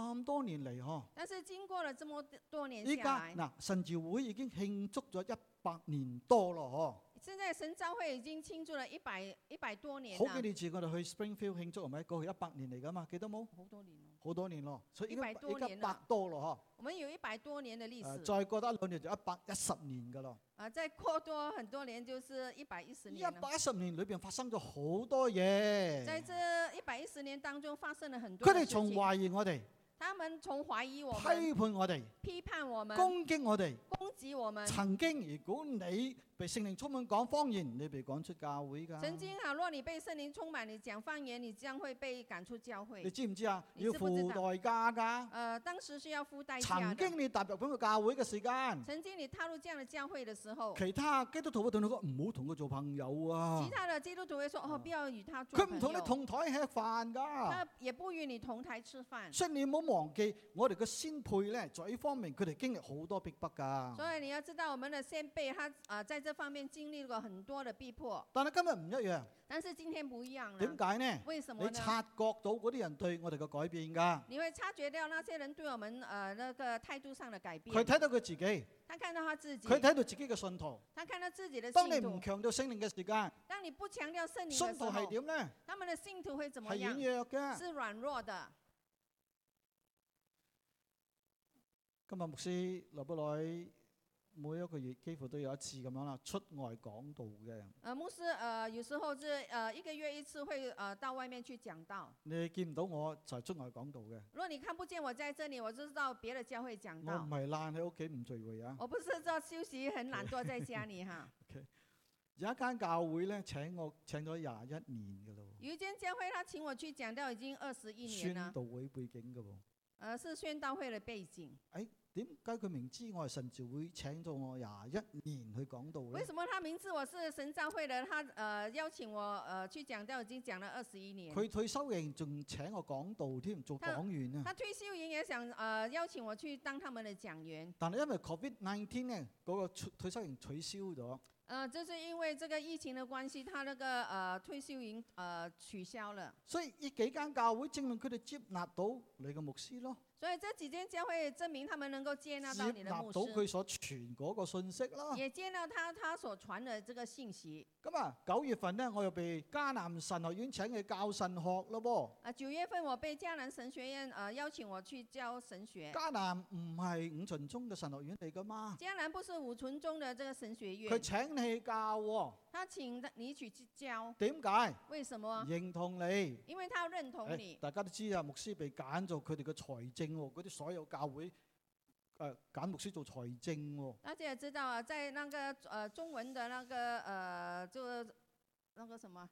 Speaker 1: 咁多年嚟，嗬，
Speaker 2: 但是经过了这么多年
Speaker 1: 依
Speaker 2: 下
Speaker 1: 家
Speaker 2: 来，
Speaker 1: 嗱神召會已經慶祝咗一百年多咯，
Speaker 2: 现在神召会已经庆祝了一百一百多年啊
Speaker 1: 好幾
Speaker 2: 啦，
Speaker 1: 年前我哋去 Springfield 慶祝係咪？過去一百年嚟噶嘛，記得冇？
Speaker 2: 好多年咯。
Speaker 1: 好多年咯，所以已經
Speaker 2: 100多
Speaker 1: 已經
Speaker 2: 年啊
Speaker 1: 百
Speaker 2: 啦
Speaker 1: 多咯
Speaker 2: 我们有一百多年的历
Speaker 1: 嗬。
Speaker 2: 史
Speaker 1: 誒再過得一兩年就一百一十年噶咯。
Speaker 2: 啊，再过多很多年就是一百一十
Speaker 1: 一
Speaker 2: 年了。
Speaker 1: 百一十年裏邊發生咗好多
Speaker 2: 在
Speaker 1: 嘢，
Speaker 2: 这一百一十年当中，发生了很多
Speaker 1: 佢
Speaker 2: 的
Speaker 1: 哋
Speaker 2: 事
Speaker 1: 從
Speaker 2: 情。
Speaker 1: 懷疑我哋、
Speaker 2: 他们从怀疑我们、
Speaker 1: 批判我哋、
Speaker 2: 批判我们、
Speaker 1: 攻擊我哋。
Speaker 2: 攻击我们。
Speaker 1: 曾經如果你被聖靈充滿講方言，你被趕出教會㗎。
Speaker 2: 曾經啊，若你被圣灵充满，你讲方言，你将会被赶出教
Speaker 1: 你
Speaker 2: 会。
Speaker 1: 知唔知啊？
Speaker 2: 你
Speaker 1: 要
Speaker 2: 知不知
Speaker 1: 付代
Speaker 2: 道
Speaker 1: 價㗎。
Speaker 2: 呃，当时是要付代价
Speaker 1: 曾
Speaker 2: 的。
Speaker 1: 經你踏入咁嘅教會嘅時間，
Speaker 2: 曾經你踏入这样的教会的时候，
Speaker 1: 其他基督徒會同你講唔好同佢做朋友啊
Speaker 2: 其。他的基督徒会说：“
Speaker 1: 啊
Speaker 2: 哦，不要与他做
Speaker 1: 佢唔
Speaker 2: 朋
Speaker 1: 同你
Speaker 2: 友。
Speaker 1: 同台吃飯㗎。
Speaker 2: 他也不与你同台吃饭。
Speaker 1: 所以你唔好忘記，我哋嘅先輩咧，在呢方面佢哋經歷好多逼迫㗎。
Speaker 2: 所以你要知道，我们的先辈他啊、呃在这方面经历过很多的逼迫，
Speaker 1: 但係今日唔一樣，
Speaker 2: 但是今天不一样
Speaker 1: 點
Speaker 2: 了。
Speaker 1: 解呢？
Speaker 2: 为什么
Speaker 1: 你
Speaker 2: 呢？
Speaker 1: 察覺到嗰啲人對我哋嘅改變㗎。
Speaker 2: 你会察觉到那些人对我们呃那个态度上的改
Speaker 1: 佢
Speaker 2: 变。
Speaker 1: 睇到佢自己，佢
Speaker 2: 他看到他自己，
Speaker 1: 睇到自己嘅信徒。
Speaker 2: 他看到自己的
Speaker 1: 當你
Speaker 2: 信
Speaker 1: 唔
Speaker 2: 徒。
Speaker 1: 強調聖靈嘅時間，
Speaker 2: 当你不强调圣灵的
Speaker 1: 信
Speaker 2: 时
Speaker 1: 徒係
Speaker 2: 候，
Speaker 1: 點呢？
Speaker 2: 他们的信徒会怎么
Speaker 1: 係
Speaker 2: 样？
Speaker 1: 軟弱嘅。
Speaker 2: 是软弱的。
Speaker 1: 今日啊牧師羅布萊每一個月幾乎都有一次咁樣啦，出外講道嘅。
Speaker 2: 呃，牧师呃有时候是呃一个月一次会呃到外面去讲道。
Speaker 1: 你見唔到我就係出外講道嘅，
Speaker 2: 如果你看不见我在这里，我就是到别的教会讲
Speaker 1: 我
Speaker 2: 道
Speaker 1: 唔。係懶喺屋企唔聚會啊。
Speaker 2: 我不是说休息很懒惰在家里 哈。
Speaker 1: 有一間教會咧請我請咗廿一年嘅咯，
Speaker 2: 有一间教会他请我去讲道已经二十一
Speaker 1: 宣
Speaker 2: 年啊了，
Speaker 1: 道會背景嘅喎。
Speaker 2: 呃是宣道会的背景。
Speaker 1: 點解佢明知我係神召會請咗我廿一年去講道
Speaker 2: 为
Speaker 1: 咧？
Speaker 2: 什么他明知我是神召会的，他呃邀请我呃去讲道，已经讲了二十一年。
Speaker 1: 佢退休營仲請我講道添，做
Speaker 2: 他
Speaker 1: 講員啊！
Speaker 2: 他退休营也想呃邀请我去当他们的讲员，
Speaker 1: 但係因為 Covid nineteen 咧，嗰、個取退休營取消咗，
Speaker 2: 呃，就是因为这个疫情的关系，他那个呃退休营呃取消了，
Speaker 1: 所以呢幾間教會證明佢哋接納到你嘅牧師咯，
Speaker 2: 所以这几间教会证明他们能够接
Speaker 1: 接
Speaker 2: 纳到你的牧
Speaker 1: 納到
Speaker 2: 师，
Speaker 1: 佢所傳嗰個信息咯。
Speaker 2: 也接纳他他所传的这个信息。
Speaker 1: 咁啊，九月份咧，我又被迦南神學院請去教神學咯噃。
Speaker 2: 啊、九月份我被迦南神学院呃邀请我去教神学，
Speaker 1: 迦南唔係五旬宗嘅神學院嚟噶嘛？
Speaker 2: 迦南不是五纯宗的这个神学
Speaker 1: 佢
Speaker 2: 院，
Speaker 1: 請你去教喎，
Speaker 2: 他请的你去去教，
Speaker 1: 點解？
Speaker 2: 为什么啊？
Speaker 1: 認同你。
Speaker 2: 因为他认同
Speaker 1: 誒
Speaker 2: 你。
Speaker 1: 大家都知啊，牧師被揀做佢哋嘅財政喎，嗰啲所有教會誒揀牧師做財政喎。
Speaker 2: 大家也知道啊，在那个呃中文的那个呃就那个什么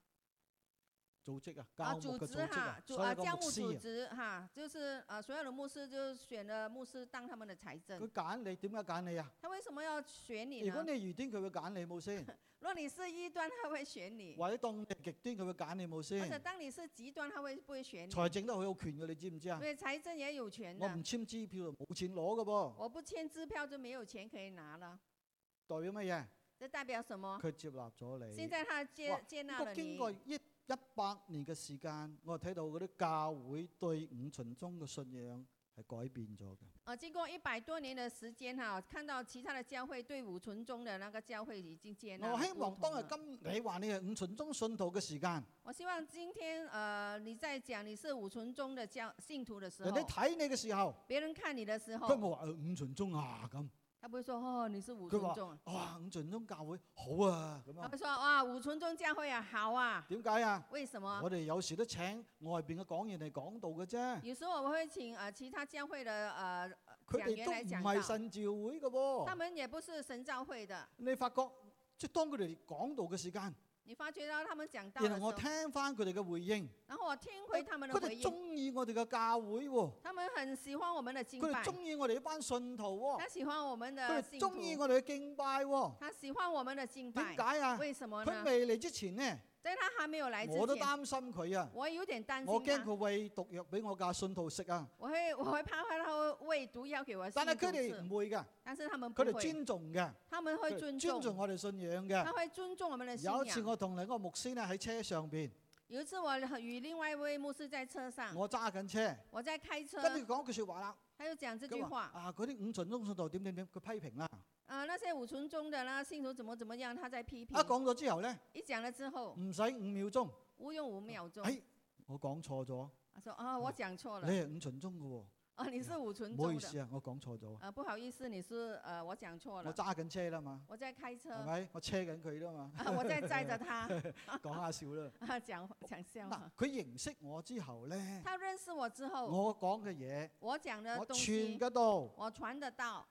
Speaker 1: 組織啊，
Speaker 2: 啊
Speaker 1: 教牧
Speaker 2: 组
Speaker 1: 嘅
Speaker 2: 织
Speaker 1: 組織
Speaker 2: 哈
Speaker 1: 啊，，
Speaker 2: 组
Speaker 1: 所有
Speaker 2: 啊
Speaker 1: 嘅
Speaker 2: 教
Speaker 1: 牧
Speaker 2: 务组
Speaker 1: 師啊，
Speaker 2: 织哈，就是呃所有的牧师就选了牧师当他们的财政
Speaker 1: 佢。揀你點解揀你啊？
Speaker 2: 他为什么要选你
Speaker 1: 如果
Speaker 2: 呢
Speaker 1: 你？係異端，佢會揀你冇先；
Speaker 2: 若你是异端，他会选你；
Speaker 1: 或者當你係極端，佢會揀你冇
Speaker 2: 或者
Speaker 1: 先。
Speaker 2: 当你是极端，他会不会选你？
Speaker 1: 財政都好有權嘅，你知唔知啊
Speaker 2: 因？为财政也有权
Speaker 1: 我
Speaker 2: 的
Speaker 1: 唔，簽支票就冇錢攞嘅噃，
Speaker 2: 我不签支票就没有钱可以拿了。
Speaker 1: 代表乜嘢？
Speaker 2: 这代表什么？
Speaker 1: 佢接納咗你。
Speaker 2: 现在他接
Speaker 1: 哇
Speaker 2: 接
Speaker 1: 呢
Speaker 2: 纳
Speaker 1: 個
Speaker 2: 了
Speaker 1: 經
Speaker 2: 你。
Speaker 1: 過一一百年嘅時間，我睇到嗰啲教會對五旬宗嘅信仰係改變咗嘅。
Speaker 2: 呃，经过一百多年的时间哈、看到其他的教会对五纯宗的那个教会已经接纳了。
Speaker 1: 我希望
Speaker 2: 不
Speaker 1: 當
Speaker 2: 同
Speaker 1: 日
Speaker 2: 了
Speaker 1: 今你話你係五旬宗信徒嘅時間，
Speaker 2: 我希望今天呃你在讲你是五纯宗的教信徒的时
Speaker 1: 人
Speaker 2: 候，
Speaker 1: 哋睇你嘅時候，
Speaker 2: 别人看你的时
Speaker 1: 佢
Speaker 2: 候，
Speaker 1: 冇話呃五旬宗啊咁，
Speaker 2: 他不会说哦你是五纯宗啊，
Speaker 1: 哇五旬宗教會好啊咁
Speaker 2: 他
Speaker 1: 啊，
Speaker 2: 会说哇五纯宗教会啊好啊，
Speaker 1: 點解啊？
Speaker 2: 为什么？
Speaker 1: 我哋有時都請外邊嘅講員嚟講道嘅啫，
Speaker 2: 有时候我们会请呃其他教会的呃
Speaker 1: 佢
Speaker 2: 講
Speaker 1: 哋
Speaker 2: 員
Speaker 1: 都
Speaker 2: 嚟
Speaker 1: 唔
Speaker 2: 講
Speaker 1: 係
Speaker 2: 道
Speaker 1: 神召會嘅
Speaker 2: 他
Speaker 1: 噃。
Speaker 2: 们也不是神召会的，
Speaker 1: 你發覺即係當佢哋講道嘅時間，
Speaker 2: 你发觉到他们讲到的
Speaker 1: 然
Speaker 2: 时
Speaker 1: 後
Speaker 2: 候
Speaker 1: 我，聽翻佢哋嘅回應，
Speaker 2: 然后我听回他们的
Speaker 1: 佢
Speaker 2: 回
Speaker 1: 哋
Speaker 2: 应，
Speaker 1: 中意我哋嘅教會喎，
Speaker 2: 他们很喜欢我们的敬
Speaker 1: 佢哋
Speaker 2: 拜，
Speaker 1: 中意我哋呢班信徒喎，
Speaker 2: 他喜欢我们的
Speaker 1: 佢哋
Speaker 2: 信徒，
Speaker 1: 中意我哋嘅敬拜喎，
Speaker 2: 他喜欢我們的敬拜
Speaker 1: 點，解啊？
Speaker 2: 为什么
Speaker 1: 佢
Speaker 2: 呢？
Speaker 1: 未嚟之前呢？
Speaker 2: 在他還沒有來之
Speaker 1: 我都
Speaker 2: 前，
Speaker 1: 擔心佢啊！
Speaker 2: 我有點擔
Speaker 1: 我
Speaker 2: 心
Speaker 1: 驚
Speaker 2: 他，
Speaker 1: 佢喂毒藥俾我架信徒食啊！
Speaker 2: 我會我會怕他會餵毒藥給我信
Speaker 1: 但係
Speaker 2: 徒
Speaker 1: 佢哋
Speaker 2: 吃，
Speaker 1: 唔會嘅，
Speaker 2: 但是他們不
Speaker 1: 佢哋
Speaker 2: 會，
Speaker 1: 尊重嘅，
Speaker 2: 他們
Speaker 1: 佢
Speaker 2: 會
Speaker 1: 哋
Speaker 2: 尊
Speaker 1: 尊重
Speaker 2: 重，
Speaker 1: 我哋信仰
Speaker 2: 他
Speaker 1: 嘅。
Speaker 2: 會尊重我們的信
Speaker 1: 有一次
Speaker 2: 仰。
Speaker 1: 我同另一個牧師咧喺車上邊，
Speaker 2: 有一次我與另外一位牧師在車上，
Speaker 1: 我揸緊車，
Speaker 2: 我在開車，
Speaker 1: 跟住講一句説話啦，
Speaker 2: 他就講這
Speaker 1: 佢
Speaker 2: 啊句
Speaker 1: 話
Speaker 2: 話，
Speaker 1: 啊嗰啲五旬宗信徒點點點，佢批評啦。
Speaker 2: 啊、那些五存中的呢，信徒怎么怎么样，他在批
Speaker 1: 一
Speaker 2: 评。
Speaker 1: 講咗之後呢，
Speaker 2: 一讲了之后，
Speaker 1: 唔使五秒鐘，
Speaker 2: 无用五秒钟，
Speaker 1: 哎，我講錯咗，
Speaker 2: 他说啊、我讲错
Speaker 1: 你係
Speaker 2: 了，
Speaker 1: 五旬宗嘅
Speaker 2: 啊，你是五
Speaker 1: 喎，
Speaker 2: 存
Speaker 1: 唔好
Speaker 2: 中
Speaker 1: 意
Speaker 2: 的，
Speaker 1: 思啊，我講錯咗，
Speaker 2: 啊、不好意思，你是呃，我讲错
Speaker 1: 我
Speaker 2: 了，
Speaker 1: 揸緊車啦嘛，
Speaker 2: 我在开车，
Speaker 1: 係
Speaker 2: 啊、
Speaker 1: 咪？我車緊佢啦嘛，
Speaker 2: 我在载着他，
Speaker 1: 講下笑啦。
Speaker 2: 啊，讲讲笑
Speaker 1: 嗱
Speaker 2: 话。，
Speaker 1: 佢認識我之後呢，
Speaker 2: 他认识我之后，
Speaker 1: 我講嘅嘢，
Speaker 2: 我讲的
Speaker 1: 我
Speaker 2: 东
Speaker 1: 傳
Speaker 2: 西，
Speaker 1: 嘅道，
Speaker 2: 我传得到，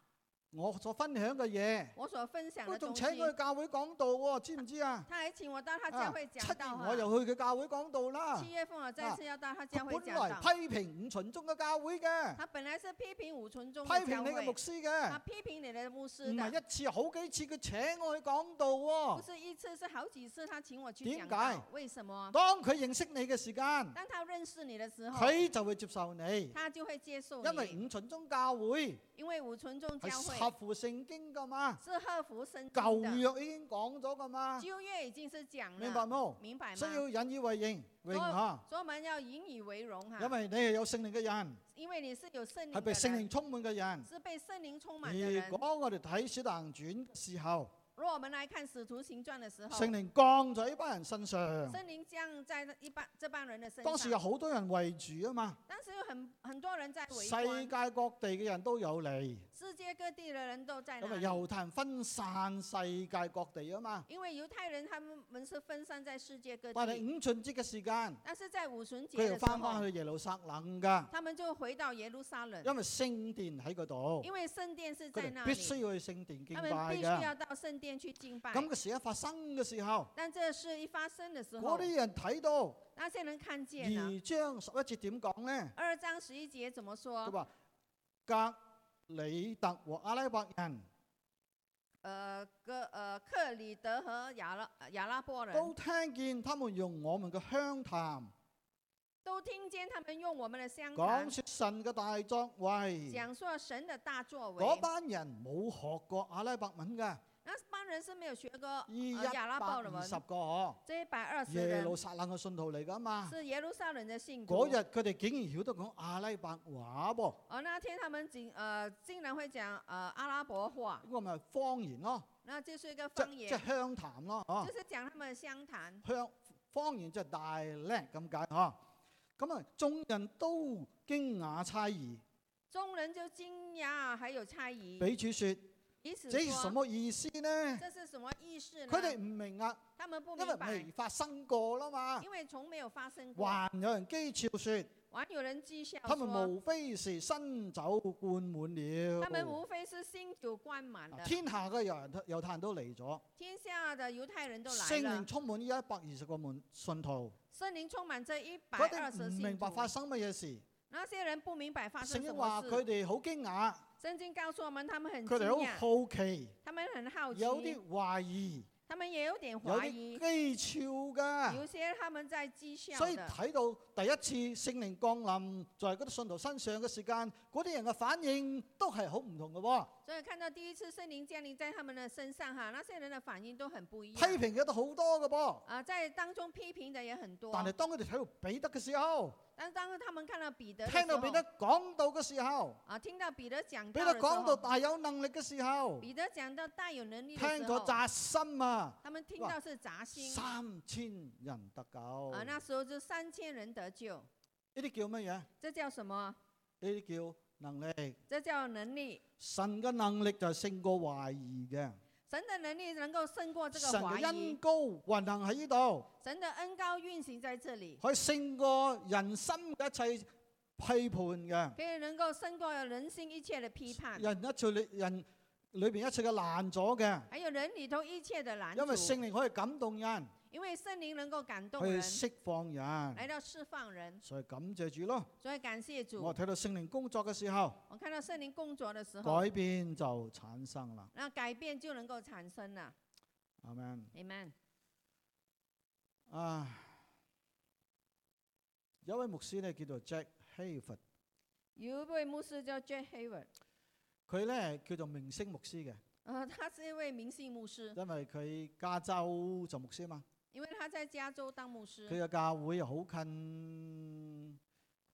Speaker 1: 我所分享嘅嘢，
Speaker 2: 我所分享
Speaker 1: 佢
Speaker 2: 的
Speaker 1: 仲
Speaker 2: 东西
Speaker 1: 請，我去教會講道喎，知唔知啊？
Speaker 2: 他还请我到他
Speaker 1: 啊
Speaker 2: 教会
Speaker 1: 七
Speaker 2: 讲道
Speaker 1: 年
Speaker 2: 哈。
Speaker 1: 我又去佢教會講道啦。
Speaker 2: 七月份我再次要到他
Speaker 1: 佢
Speaker 2: 教会
Speaker 1: 本
Speaker 2: 讲道。
Speaker 1: 來批評五旬宗嘅教會嘅，
Speaker 2: 他本来是批评五存中
Speaker 1: 批
Speaker 2: 的教
Speaker 1: 評你嘅
Speaker 2: 会
Speaker 1: 牧，師嘅，
Speaker 2: 他批评你的牧
Speaker 1: 唔
Speaker 2: 师
Speaker 1: 係
Speaker 2: 的，
Speaker 1: 一次好幾次佢請我去講道
Speaker 2: 不
Speaker 1: 喎。
Speaker 2: 是一次，是好几次他请我去
Speaker 1: 點
Speaker 2: 讲
Speaker 1: 解
Speaker 2: 道。为什么？
Speaker 1: 當佢認識你嘅時間，
Speaker 2: 当他认识你的时候，
Speaker 1: 佢就會接受你，
Speaker 2: 他就会接受
Speaker 1: 因為
Speaker 2: 你，
Speaker 1: 五旬宗教會
Speaker 2: 因为五存中教
Speaker 1: 係
Speaker 2: 会
Speaker 1: 合乎聖經噶嘛，
Speaker 2: 是合乎圣经
Speaker 1: 舊
Speaker 2: 的。
Speaker 1: 約已經講咗噶嘛，
Speaker 2: 旧约已经是讲
Speaker 1: 啊明白
Speaker 2: 了，
Speaker 1: 冇？
Speaker 2: 明白
Speaker 1: 需
Speaker 2: 吗？
Speaker 1: 要引以為認，榮嚇，
Speaker 2: 所以我们要引以为荣哈
Speaker 1: 因，為你係有聖靈嘅人，
Speaker 2: 因为你是有圣灵
Speaker 1: 係被
Speaker 2: 的
Speaker 1: 聖
Speaker 2: 人，
Speaker 1: 靈充滿嘅人。
Speaker 2: 是被圣灵充满的人
Speaker 1: 如。果我哋睇《使徒行傳》嘅時候，
Speaker 2: 如果我们来看使徒行传的时候，
Speaker 1: 聖靈降咗喺一班人身上。
Speaker 2: 圣灵降在一般这帮人的身
Speaker 1: 當時有
Speaker 2: 上，
Speaker 1: 好多人圍住啊嘛，
Speaker 2: 当时有很很多人在围
Speaker 1: 世
Speaker 2: 观，
Speaker 1: 界各地嘅人都有嚟，
Speaker 2: 世界各地的人都在
Speaker 1: 因
Speaker 2: 那
Speaker 1: 為
Speaker 2: 里。
Speaker 1: 猶太人分散世界各地啊嘛。
Speaker 2: 因为犹太人他们们是分散在世界各
Speaker 1: 但係
Speaker 2: 地，
Speaker 1: 五旬節嘅時間，
Speaker 2: 但是在五旬节
Speaker 1: 佢又
Speaker 2: 的时
Speaker 1: 翻翻
Speaker 2: 候，
Speaker 1: 去耶路撒冷㗎，
Speaker 2: 他们就回到耶路撒冷，
Speaker 1: 因為聖殿喺嗰度，
Speaker 2: 因为圣殿是在
Speaker 1: 佢
Speaker 2: 那
Speaker 1: 哋必須
Speaker 2: 里，
Speaker 1: 要去聖殿敬
Speaker 2: 他
Speaker 1: 拜
Speaker 2: 们必须
Speaker 1: 㗎。
Speaker 2: 要到圣殿去敬拜。
Speaker 1: 咁嘅事一發生嘅時候，
Speaker 2: 但这事一发生的时候
Speaker 1: 嗰，啲人睇到
Speaker 2: 那些人看见了。
Speaker 1: 二章十一節點講呢？
Speaker 2: 二章十一节怎么
Speaker 1: 佢
Speaker 2: 说？
Speaker 1: 話格里特和阿拉伯人
Speaker 2: 呃，哥呃，克里德和亚拉呃亚拉伯人
Speaker 1: 都聽見他們用我們嘅鄉談。
Speaker 2: 都听见他们用我们的香
Speaker 1: 講
Speaker 2: 港
Speaker 1: 説神嘅大作為，
Speaker 2: 讲说神的大作为。
Speaker 1: 嗰班人冇學過阿拉伯文嘅，
Speaker 2: 那班人是没有学过
Speaker 1: 呢一
Speaker 2: 呃亚拉
Speaker 1: 百
Speaker 2: 伯的
Speaker 1: 二
Speaker 2: 文
Speaker 1: 十，個嗬，
Speaker 2: 这一百二十
Speaker 1: 耶
Speaker 2: 人
Speaker 1: 路撒冷嘅信徒嚟噶嘛。
Speaker 2: 是耶路撒冷的信徒
Speaker 1: 嗰。日佢哋竟然曉得講阿拉伯話噃，
Speaker 2: 而哦那天他们竟呃竟然会讲呃阿拉伯话，
Speaker 1: 呢個咪方言咯，
Speaker 2: 那就是一个
Speaker 1: 即
Speaker 2: 方
Speaker 1: 即
Speaker 2: 言，
Speaker 1: 鄉談咯，嗬
Speaker 2: 就，是講他們的湘潭。
Speaker 1: 鄉方言就係大叻咁解嗬。咁啊，眾人都驚訝猜疑，
Speaker 2: 众人就惊讶，还有猜疑，
Speaker 1: 彼此説：
Speaker 2: 彼此
Speaker 1: 這是什
Speaker 2: 说
Speaker 1: 麼意思呢？
Speaker 2: 这是什么意思呢？
Speaker 1: 佢哋唔明啊，
Speaker 2: 他们不
Speaker 1: 因為
Speaker 2: 明白
Speaker 1: 未，發生過啦嘛。
Speaker 2: 因为从没有发生过。
Speaker 1: 還有人讥诮説。
Speaker 2: 网友人讥笑
Speaker 1: 他們
Speaker 2: 说，
Speaker 1: 無非是新酒灌滿了。
Speaker 2: 他们无非是新酒灌满
Speaker 1: 啊
Speaker 2: 的，
Speaker 1: 天下嘅猶人猶太人都嚟咗，
Speaker 2: 天下的猶太人都来
Speaker 1: 聖靈
Speaker 2: 了，
Speaker 1: 充滿呢一百二十個門信徒，
Speaker 2: 森林充满这一百
Speaker 1: 佢
Speaker 2: 二
Speaker 1: 哋
Speaker 2: 十
Speaker 1: 唔明
Speaker 2: 信
Speaker 1: 白
Speaker 2: 徒。
Speaker 1: 發生乜嘢事。
Speaker 2: 那些人不明白发
Speaker 1: 聖
Speaker 2: 生什
Speaker 1: 經話
Speaker 2: 么
Speaker 1: 佢
Speaker 2: 事。
Speaker 1: 哋好驚訝，
Speaker 2: 圣经告诉我们，他们很
Speaker 1: 佢哋
Speaker 2: 惊讶，
Speaker 1: 好好奇，
Speaker 2: 他们很好奇，
Speaker 1: 有啲懷疑，
Speaker 2: 他们也有点
Speaker 1: 有
Speaker 2: 怀疑
Speaker 1: 啲，讥诮㗎。
Speaker 2: 有些他们在讥笑
Speaker 1: 所以
Speaker 2: 的。
Speaker 1: 睇到第一次聖靈降臨在嗰啲信徒身上嘅時間，嗰啲人嘅反應都係好唔同嘅喎。
Speaker 2: 所以看到第一次圣灵降临在他们的身上哈，那些人的反应都很不一
Speaker 1: 批
Speaker 2: 样。
Speaker 1: 評嘅都好多嘅噃，
Speaker 2: 啊、在当中批评的也很多，
Speaker 1: 但係當佢哋睇到彼得嘅時候，
Speaker 2: 但是当他们看到彼得的
Speaker 1: 聽
Speaker 2: 时
Speaker 1: 到
Speaker 2: 候，
Speaker 1: 彼得講到嘅時候，
Speaker 2: 啊，听到彼得讲
Speaker 1: 彼
Speaker 2: 道
Speaker 1: 得
Speaker 2: 的时
Speaker 1: 講到
Speaker 2: 候，
Speaker 1: 大有能力嘅時候，
Speaker 2: 彼得讲到大有能力
Speaker 1: 聽
Speaker 2: 的时
Speaker 1: 咗
Speaker 2: 候，
Speaker 1: 扎心啊，
Speaker 2: 他们听
Speaker 1: 哇哦
Speaker 2: 到是扎心
Speaker 1: 三千人得救。
Speaker 2: 啊，
Speaker 1: 呢
Speaker 2: 那时候就三千人得救，
Speaker 1: 啲叫乜嘢？呢
Speaker 2: 这叫什么？
Speaker 1: 啲叫能力。
Speaker 2: 这叫能力。
Speaker 1: 神嘅能力就係勝過懷疑嘅，
Speaker 2: 神的能力能够胜过这
Speaker 1: 神
Speaker 2: 个怀
Speaker 1: 嘅恩
Speaker 2: 疑，
Speaker 1: 高運行喺呢度，
Speaker 2: 神的恩高运行在这里，
Speaker 1: 可以勝過人心嘅一切批判嘅，
Speaker 2: 可以能够胜过人心一切的批判，
Speaker 1: 人一切裏人裏邊一切嘅爛咗嘅，
Speaker 2: 还有人里头一切的拦
Speaker 1: 因為
Speaker 2: 阻
Speaker 1: 聖。靈可以感動人，
Speaker 2: 因为圣灵能够感动
Speaker 1: 可以
Speaker 2: 人，
Speaker 1: 釋放
Speaker 2: 来
Speaker 1: 人，
Speaker 2: 到释放人，
Speaker 1: 所以感謝主咯。
Speaker 2: 所以感谢主。
Speaker 1: 我睇到聖靈工作嘅時候，
Speaker 2: 我看到圣灵工作的时候，
Speaker 1: 改變就產生啦。
Speaker 2: 那改变就能够产生了。
Speaker 1: 阿 m
Speaker 2: Amen。
Speaker 1: 啊，有位牧師咧叫做 Jack Hayford，
Speaker 2: 有一位牧师叫 J. Hayward，
Speaker 1: 佢咧叫做明星牧師嘅，
Speaker 2: 呃，他是一位明星牧师，
Speaker 1: 因為佢加州做牧師嘛，
Speaker 2: 因为他在加州当牧
Speaker 1: 佢
Speaker 2: 师。
Speaker 1: 嘅教會又好近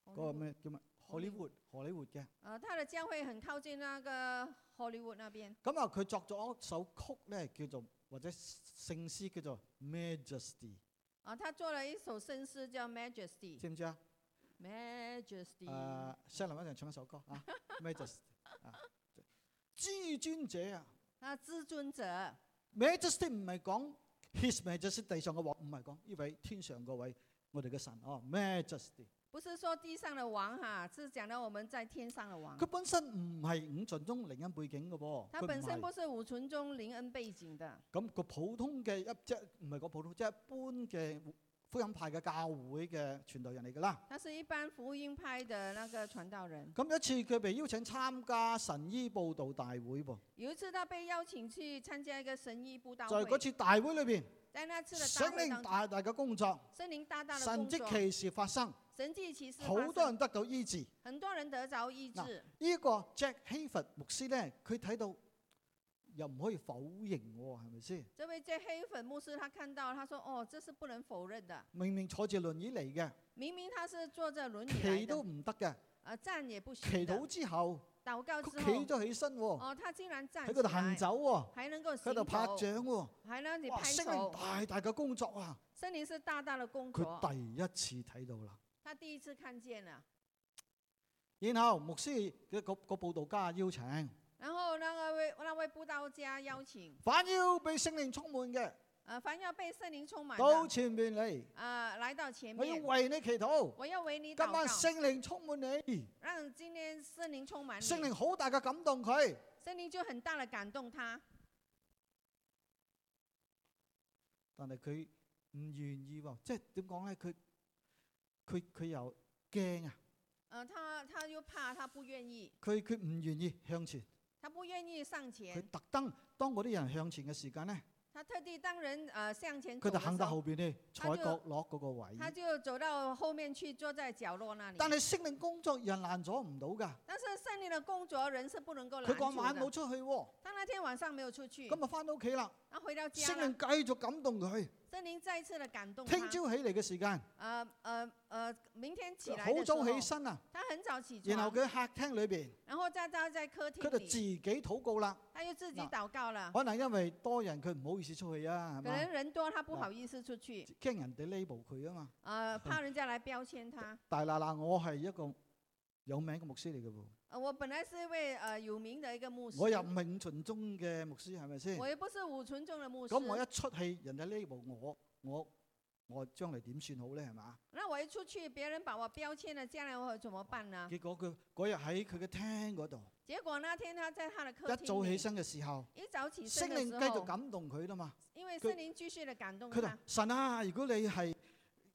Speaker 1: 嗰個咩叫咩荷里活荷里活嘅。
Speaker 2: 哦呃，他的教会很靠近那个 Hollywood 那边。
Speaker 1: 咁啊，佢作咗一首曲咧，叫做或者聖詩叫做 Majesty，
Speaker 2: 啊，他做了一首圣诗叫 Majesty，Majesty
Speaker 1: 知唔知啊？誒、s
Speaker 2: Majesty。
Speaker 1: h a l o n 一齊唱一首歌 啊，Majesty 啊，至尊者啊
Speaker 2: 那至尊者，
Speaker 1: ，Majesty 唔係講 His Majesty 地上嘅王，唔係講呢位天上嗰位我哋嘅神哦，Majesty
Speaker 2: 不是说地上的王哈，是讲到我们在天上的王
Speaker 1: 佢。本身唔係五盡宗靈恩背景嘅噃，
Speaker 2: 他
Speaker 1: 佢唔
Speaker 2: 本身
Speaker 1: 係
Speaker 2: 不是五存中灵恩背景的，
Speaker 1: 咁個普通嘅一即係唔係講普通，即係一般嘅福音派嘅教會嘅傳道人嚟㗎啦。
Speaker 2: 他是一般福音派的那个传道人。
Speaker 1: 咁有一次佢被邀請參加神醫報道大會喎，
Speaker 2: 有一次他被邀请去参加一个神医布道
Speaker 1: 在嗰
Speaker 2: 会，
Speaker 1: 次大會裏邊，
Speaker 2: 在那次的
Speaker 1: 聖
Speaker 2: 大会
Speaker 1: 靈
Speaker 2: 当中，
Speaker 1: 大大嘅工作，
Speaker 2: 圣灵大大的
Speaker 1: 神
Speaker 2: 工
Speaker 1: 蹟
Speaker 2: 作，
Speaker 1: 奇事發生，
Speaker 2: 神迹奇事
Speaker 1: 好
Speaker 2: 发
Speaker 1: 多
Speaker 2: 生，
Speaker 1: 人得到醫治。呢、
Speaker 2: 很多人得着医
Speaker 1: 嗱
Speaker 2: 治。
Speaker 1: 個 Jack Hayford 牧師咧，佢睇到又唔可以否認喎，係咪先？
Speaker 2: 这位这黑粉牧师他看到，他说：“哦，这是不能否认的。
Speaker 1: 明明坐住輪椅嚟嘅，
Speaker 2: 明明他是坐着轮椅来
Speaker 1: 祈都
Speaker 2: 的，
Speaker 1: 唔得嘅，
Speaker 2: 呃，站也不行
Speaker 1: 祈
Speaker 2: 的
Speaker 1: 禱。之後
Speaker 2: 祷告
Speaker 1: 佢
Speaker 2: 之
Speaker 1: 企
Speaker 2: 后，
Speaker 1: 咗起身喎，
Speaker 2: 哦，他竟然站
Speaker 1: 喺
Speaker 2: 起
Speaker 1: 嗰度行
Speaker 2: 来，
Speaker 1: 走喎，
Speaker 2: 还能够
Speaker 1: 喺
Speaker 2: 行
Speaker 1: 度拍
Speaker 2: 走
Speaker 1: 掌，喎，
Speaker 2: 还能你
Speaker 1: 哇！
Speaker 2: 拍
Speaker 1: 聖靈
Speaker 2: 手。
Speaker 1: 大大嘅工作啊！
Speaker 2: 森林是大大的工
Speaker 1: 佢
Speaker 2: 作，
Speaker 1: 第一次睇到啦。
Speaker 2: 他第一次看见了。
Speaker 1: 然後牧師嘅個個佈道家邀請，
Speaker 2: 然后那个位那位布道家邀请，
Speaker 1: 反要被聖靈充滿嘅，
Speaker 2: 呃，凡要被圣灵充满
Speaker 1: 到
Speaker 2: 的，
Speaker 1: 前面嚟，
Speaker 2: 呃，来到前
Speaker 1: 我要
Speaker 2: 面，
Speaker 1: 為你祈禱。
Speaker 2: 我要为你
Speaker 1: 今
Speaker 2: 祷
Speaker 1: 晚
Speaker 2: 告，
Speaker 1: 聖靈充滿你，
Speaker 2: 让今天圣灵充满你，
Speaker 1: 聖靈好大嘅感動佢。
Speaker 2: 圣灵就很大的感动他。
Speaker 1: 但係佢唔願意喎，即係點講咧？佢佢佢又驚啊！
Speaker 2: 呃，他他又怕，他不愿意，
Speaker 1: 佢佢唔願意向前，
Speaker 2: 他不愿意上
Speaker 1: 佢
Speaker 2: 前，
Speaker 1: 特登當嗰啲人向前嘅時間咧，
Speaker 2: 他特地当人呃向前
Speaker 1: 佢
Speaker 2: 走
Speaker 1: 就
Speaker 2: 的
Speaker 1: 行
Speaker 2: 时
Speaker 1: 到
Speaker 2: 候，
Speaker 1: 後邊咧，坐喺角落嗰個位。
Speaker 2: 他就走到后面去，坐在角落那里。
Speaker 1: 但係聖靈工作人攔阻唔到㗎，
Speaker 2: 但是圣灵的工作人是不能够拦
Speaker 1: 佢嗰
Speaker 2: 住
Speaker 1: 晚冇
Speaker 2: 的。
Speaker 1: 出去喎，
Speaker 2: 他那天晚上没有出去，
Speaker 1: 咁啊翻到屋企啦。
Speaker 2: 他回到家
Speaker 1: 聖
Speaker 2: 了
Speaker 1: 靈。繼續感動佢。
Speaker 2: 森林再次的感动他。
Speaker 1: 聽朝起嚟嘅時間，
Speaker 2: 呃呃呃，明天起来
Speaker 1: 好
Speaker 2: 的时
Speaker 1: 早
Speaker 2: 候，
Speaker 1: 起身啊！
Speaker 2: 他很早起
Speaker 1: 然
Speaker 2: 床，
Speaker 1: 後佢喺客廳裏邊，
Speaker 2: 然后在他在客
Speaker 1: 佢
Speaker 2: 厅
Speaker 1: 就自
Speaker 2: 里，
Speaker 1: 己禱告啦。
Speaker 2: 他又自己
Speaker 1: 嗱
Speaker 2: 祷告了。
Speaker 1: 可能因為多人，佢唔好意思出去啊，係
Speaker 2: 可
Speaker 1: 嘛
Speaker 2: 能？人多，他不
Speaker 1: 嗱
Speaker 2: 好意思出去，
Speaker 1: 驚人哋 label 佢啊嘛。
Speaker 2: 呃，怕人家来标签他。
Speaker 1: 大嗱嗱，我係一個有名嘅牧師嚟嘅喎，
Speaker 2: 呃，我本来是一位呃有名的一个牧师，
Speaker 1: 我又唔係五旬宗嘅牧師，係咪先
Speaker 2: 我？也不是五纯宗的牧师
Speaker 1: 咁。我一出氣，人哋 label 我，我我將來點算好咧？係嘛？
Speaker 2: 那我一出去，别人把我标签了，将来我怎么办呢？
Speaker 1: 結果佢嗰日喺佢嘅廳嗰度，
Speaker 2: 结果那天他在他的客
Speaker 1: 一
Speaker 2: 厅
Speaker 1: 早
Speaker 2: 里
Speaker 1: 起，身嘅時候，
Speaker 2: 一早起
Speaker 1: 聖
Speaker 2: 身的
Speaker 1: 靈
Speaker 2: 时
Speaker 1: 繼續
Speaker 2: 候，
Speaker 1: 感動佢啦嘛。
Speaker 2: 因为
Speaker 1: 佢
Speaker 2: 森林继续的感动
Speaker 1: 佢
Speaker 2: 他
Speaker 1: 話：。神啊，如果你係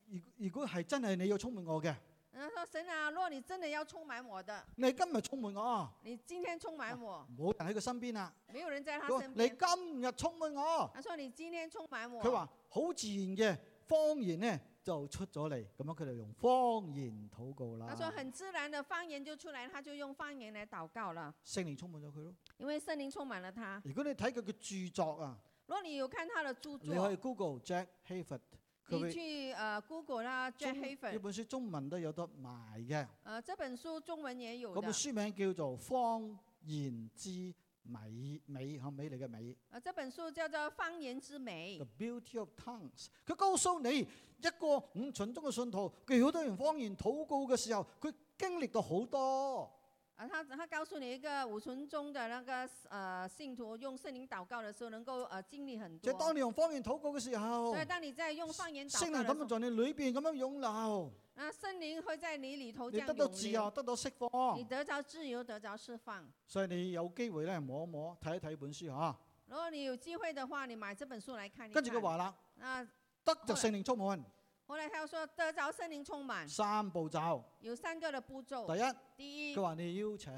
Speaker 1: 如如果係真係你要充滿我嘅，
Speaker 2: 然后说：“神啊，若你真的要充满我的，
Speaker 1: 你今日充滿我啊！
Speaker 2: 你今天充满我，
Speaker 1: 冇人喺佢身邊啊！
Speaker 2: 没有人在他
Speaker 1: 佢話
Speaker 2: 身
Speaker 1: 你
Speaker 2: 边。
Speaker 1: 今日充滿我，
Speaker 2: 他说你今天充满我。
Speaker 1: 佢話好自然嘅方言咧就出咗嚟，咁樣佢就用方言禱告啦
Speaker 2: 他。说很自然的方言就出来，他就用方言来祷告了，
Speaker 1: 聖靈充滿咗佢咯。
Speaker 2: 因为圣灵充满了他。
Speaker 1: 如果你睇佢嘅著作啊，
Speaker 2: 若你有看他的著
Speaker 1: 你可以
Speaker 2: 作，
Speaker 1: Google Jack Hayford，佢
Speaker 2: 你
Speaker 1: 會
Speaker 2: 去呃 Google 啦，Jack
Speaker 1: 中呢
Speaker 2: Hayford，
Speaker 1: 本書中文都有得賣嘅。
Speaker 2: 呃这本书中文也有
Speaker 1: 嗰本
Speaker 2: 的，
Speaker 1: 書名叫做《方言之美美》，嚇美嚟嘅美。
Speaker 2: 呃这本书叫做《方言之美
Speaker 1: The》，beauty of tongues，佢告訴你一個五旬宗嘅信徒，佢好多人方言禱告嘅時候，佢經歷到好多。
Speaker 2: 啊，他他告诉你一个五旬宗的那个呃信徒用圣灵祷告的时候，能够呃经历很
Speaker 1: 就
Speaker 2: 多
Speaker 1: 係。當你用方言禱告嘅時候
Speaker 2: 所，以当你在用方言祷
Speaker 1: 聖
Speaker 2: 告
Speaker 1: 靈咁
Speaker 2: 的时候
Speaker 1: 樣。在你裏邊咁樣湧流，
Speaker 2: 那圣灵会在你里头
Speaker 1: 你
Speaker 2: 这样
Speaker 1: 得到自由，啊
Speaker 2: 涌
Speaker 1: 得到釋
Speaker 2: 流你
Speaker 1: 放。
Speaker 2: 得着自由，得着释放。
Speaker 1: 所以你有機會咧摸一摸睇一睇本書嚇，
Speaker 2: 如果你有机会的话，你买这本书来看一看。
Speaker 1: 跟住佢話啦，
Speaker 2: 那
Speaker 1: 得就聖靈充滿，
Speaker 2: 后来他又说，得着圣灵充满
Speaker 1: 三步驟。
Speaker 2: 有三个的步骤
Speaker 1: 第。一，
Speaker 2: 第一
Speaker 1: 佢，話你邀請，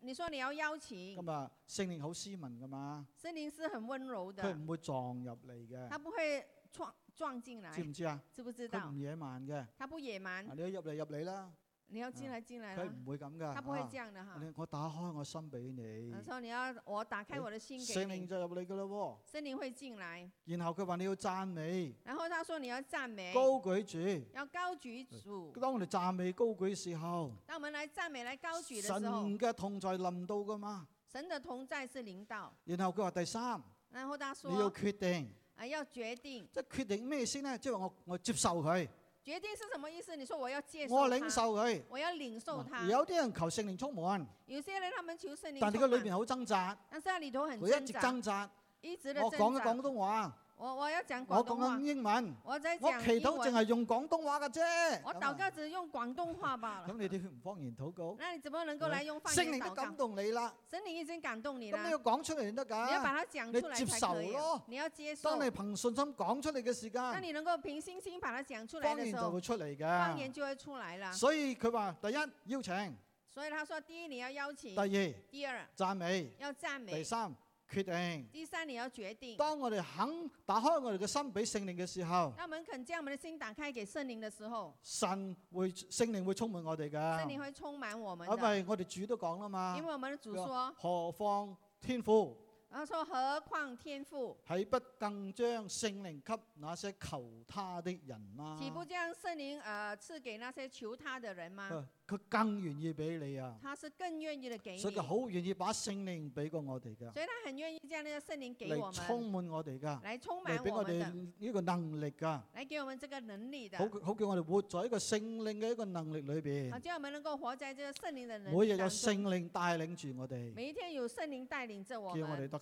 Speaker 2: 你说你要邀请，
Speaker 1: 咁啊聖靈好斯文噶嘛，
Speaker 2: 圣灵是很温柔
Speaker 1: 佢
Speaker 2: 的，
Speaker 1: 唔會撞入嚟
Speaker 2: 他
Speaker 1: 嘅，
Speaker 2: 不会撞撞进来
Speaker 1: 知，唔知啊？
Speaker 2: 知不知
Speaker 1: 佢
Speaker 2: 道
Speaker 1: 唔？野蠻嘅。
Speaker 2: 他不野蛮
Speaker 1: 啊，你一入嚟入嚟啦，
Speaker 2: 你要进来进来
Speaker 1: 佢
Speaker 2: 了，
Speaker 1: 唔會咁噶。
Speaker 2: 他不会
Speaker 1: 啊
Speaker 2: 这样的哈。
Speaker 1: 你我打開我心俾你
Speaker 2: 啊，说你要我打开我的心给
Speaker 1: 聖靈
Speaker 2: 你，
Speaker 1: 就入你噶啦喎。
Speaker 2: 森林会进来。
Speaker 1: 然後佢話你要讚美，
Speaker 2: 然后他说你要赞美，
Speaker 1: 高舉
Speaker 2: 要高举主
Speaker 1: 主。。當我哋讚美高舉嘅時候，
Speaker 2: 当我们来赞美、来高举的
Speaker 1: 神
Speaker 2: 时候，
Speaker 1: 嘅同在臨到噶嘛。
Speaker 2: 神的同在是领导。
Speaker 1: 然後佢話第三，
Speaker 2: 然后他
Speaker 1: 你要
Speaker 2: 说
Speaker 1: 決定，
Speaker 2: 啊，要决定，
Speaker 1: 即係決定咩先呢？即係話我我接受佢，
Speaker 2: 决定是什么意思？你说我要接受
Speaker 1: 我領
Speaker 2: 他，
Speaker 1: 受佢。
Speaker 2: 我要领受他。
Speaker 1: 有啲人求聖靈充滿，
Speaker 2: 有些人他们求圣灵
Speaker 1: 但係
Speaker 2: 充
Speaker 1: 佢裏
Speaker 2: 满，
Speaker 1: 邊好掙扎，
Speaker 2: 但是他里头很
Speaker 1: 佢
Speaker 2: 挣
Speaker 1: 一直
Speaker 2: 扎，
Speaker 1: 掙扎。
Speaker 2: 一直的
Speaker 1: 我啊講嘅
Speaker 2: 挣扎
Speaker 1: 廣。東話，
Speaker 2: 我我要讲广
Speaker 1: 我
Speaker 2: 东
Speaker 1: 講
Speaker 2: 话
Speaker 1: 緊，英文，
Speaker 2: 我在
Speaker 1: 我
Speaker 2: 讲
Speaker 1: 祈
Speaker 2: 英
Speaker 1: 禱淨
Speaker 2: 文，
Speaker 1: 係用廣東話嘅啫。
Speaker 2: 我
Speaker 1: 咁啊
Speaker 2: 祷告只用广东话罢
Speaker 1: 咁
Speaker 2: 了。
Speaker 1: 你哋唔方言禱告，
Speaker 2: 那你怎么能够
Speaker 1: 係咪
Speaker 2: 来用方
Speaker 1: 聖
Speaker 2: 言
Speaker 1: 靈
Speaker 2: 祷
Speaker 1: 都
Speaker 2: 告
Speaker 1: 感？動你啦，
Speaker 2: 神灵已经感动你
Speaker 1: 咁
Speaker 2: 了
Speaker 1: 你，要講出嚟先得
Speaker 2: 你要把
Speaker 1: 㗎。
Speaker 2: 它讲
Speaker 1: 你
Speaker 2: 出来
Speaker 1: 接
Speaker 2: 才
Speaker 1: 受
Speaker 2: 可以啊
Speaker 1: 咯。
Speaker 2: 你要接受
Speaker 1: 當，你憑信心講出嚟嘅時
Speaker 2: 当
Speaker 1: 間，
Speaker 2: 你能够凭信心把它讲出来
Speaker 1: 方
Speaker 2: 的
Speaker 1: 言
Speaker 2: 时
Speaker 1: 就啊
Speaker 2: 候，
Speaker 1: 會出嚟
Speaker 2: 方言
Speaker 1: 嘅。
Speaker 2: 就会出来了。
Speaker 1: 所以佢話：第一邀請，
Speaker 2: 所以他说，第一你要邀请
Speaker 1: 第，二
Speaker 2: 第二
Speaker 1: 讚美，
Speaker 2: 要赞
Speaker 1: 第
Speaker 2: 美，
Speaker 1: 三決定。
Speaker 2: 第三你要决定。
Speaker 1: 當我哋肯打開我哋嘅心俾聖靈嘅時候，
Speaker 2: 当我们肯将我们的心打开给圣灵的时候，
Speaker 1: 神會聖靈會充滿我哋
Speaker 2: 圣灵
Speaker 1: 㗎。
Speaker 2: 会充满我们
Speaker 1: 因
Speaker 2: 的。
Speaker 1: 為我哋主都講啦嘛
Speaker 2: 因，为我们的主
Speaker 1: 佢
Speaker 2: 说，
Speaker 1: 何況天父
Speaker 2: 他说何况天父，
Speaker 1: 岂不更將聖靈給那些求他的人啦、
Speaker 2: 岂不将圣灵呃赐给那些求他的人吗？
Speaker 1: 佢佢更願意俾你啊，
Speaker 2: 他是更愿意的给你，
Speaker 1: 所以
Speaker 2: 所
Speaker 1: 佢好願意把聖靈俾過我哋噶，
Speaker 2: 以他很愿意将那个圣灵给我
Speaker 1: 嚟
Speaker 2: 们，
Speaker 1: 充滿我哋噶，
Speaker 2: 来充满
Speaker 1: 嚟俾
Speaker 2: 我
Speaker 1: 我
Speaker 2: 们
Speaker 1: 哋
Speaker 2: 的，
Speaker 1: 呢個能力噶，
Speaker 2: 来给我们这个能力的，
Speaker 1: 好好叫我哋活在一個聖靈嘅一個能力裏
Speaker 2: 好
Speaker 1: 邊，
Speaker 2: 叫我们能够活在这个圣灵的能
Speaker 1: 每日
Speaker 2: 力
Speaker 1: 有
Speaker 2: 当
Speaker 1: 聖
Speaker 2: 中。
Speaker 1: 靈帶領住我哋，
Speaker 2: 每一天有圣灵带领着我
Speaker 1: 叫我哋
Speaker 2: 们，
Speaker 1: 得勝。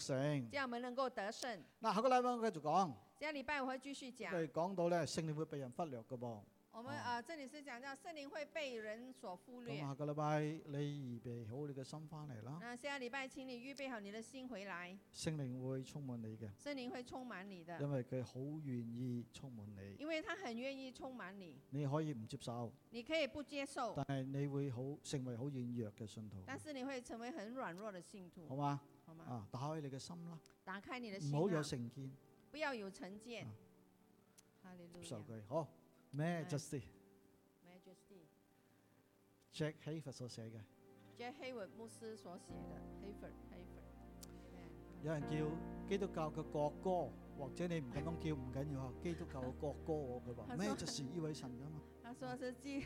Speaker 2: 这样我们能够得胜。
Speaker 1: 嗱，下個禮拜我繼續講，
Speaker 2: 下礼拜我会继续讲。
Speaker 1: 佢哋講到咧聖靈會被人忽略嘅噃，
Speaker 2: 我们
Speaker 1: 哦
Speaker 2: 呃，这里是讲到圣灵会被人所忽
Speaker 1: 咁
Speaker 2: 略。
Speaker 1: 下個禮拜你預備好你嘅心翻嚟啦，
Speaker 2: 那下礼拜，请你预备好你的心回来，
Speaker 1: 聖靈會充滿你嘅，
Speaker 2: 圣灵会充满你的，
Speaker 1: 因為佢好願意充滿你，
Speaker 2: 因为他很愿意充满你。
Speaker 1: 你可以唔接受。
Speaker 2: 你可以不接受，
Speaker 1: 但係你會好成為好軟弱嘅信徒，
Speaker 2: Oh 但是你会成为很软弱的信
Speaker 1: 好
Speaker 2: 徒，
Speaker 1: 嘛？
Speaker 2: 好吗？
Speaker 1: 啊，打開你嘅心啦，
Speaker 2: 打开你的心
Speaker 1: 唔好有
Speaker 2: 啊，
Speaker 1: 成見，
Speaker 2: 不要有成见
Speaker 1: 啊。
Speaker 2: 哈利
Speaker 1: 接
Speaker 2: 路亚
Speaker 1: 受佢。好咩
Speaker 2: 係
Speaker 1: ？Justy
Speaker 2: ，Majesty。
Speaker 1: Jack Hayford 所寫嘅，
Speaker 2: J. Hayward 牧师所写的 Hayward Hayward。
Speaker 1: 有人叫基督教嘅國歌，或者你唔 敢咁叫唔緊要啊，基督教嘅國歌喎佢話
Speaker 2: 係
Speaker 1: 咩
Speaker 2: 嘛
Speaker 1: 就是依位神噶嘛。
Speaker 2: 他说是基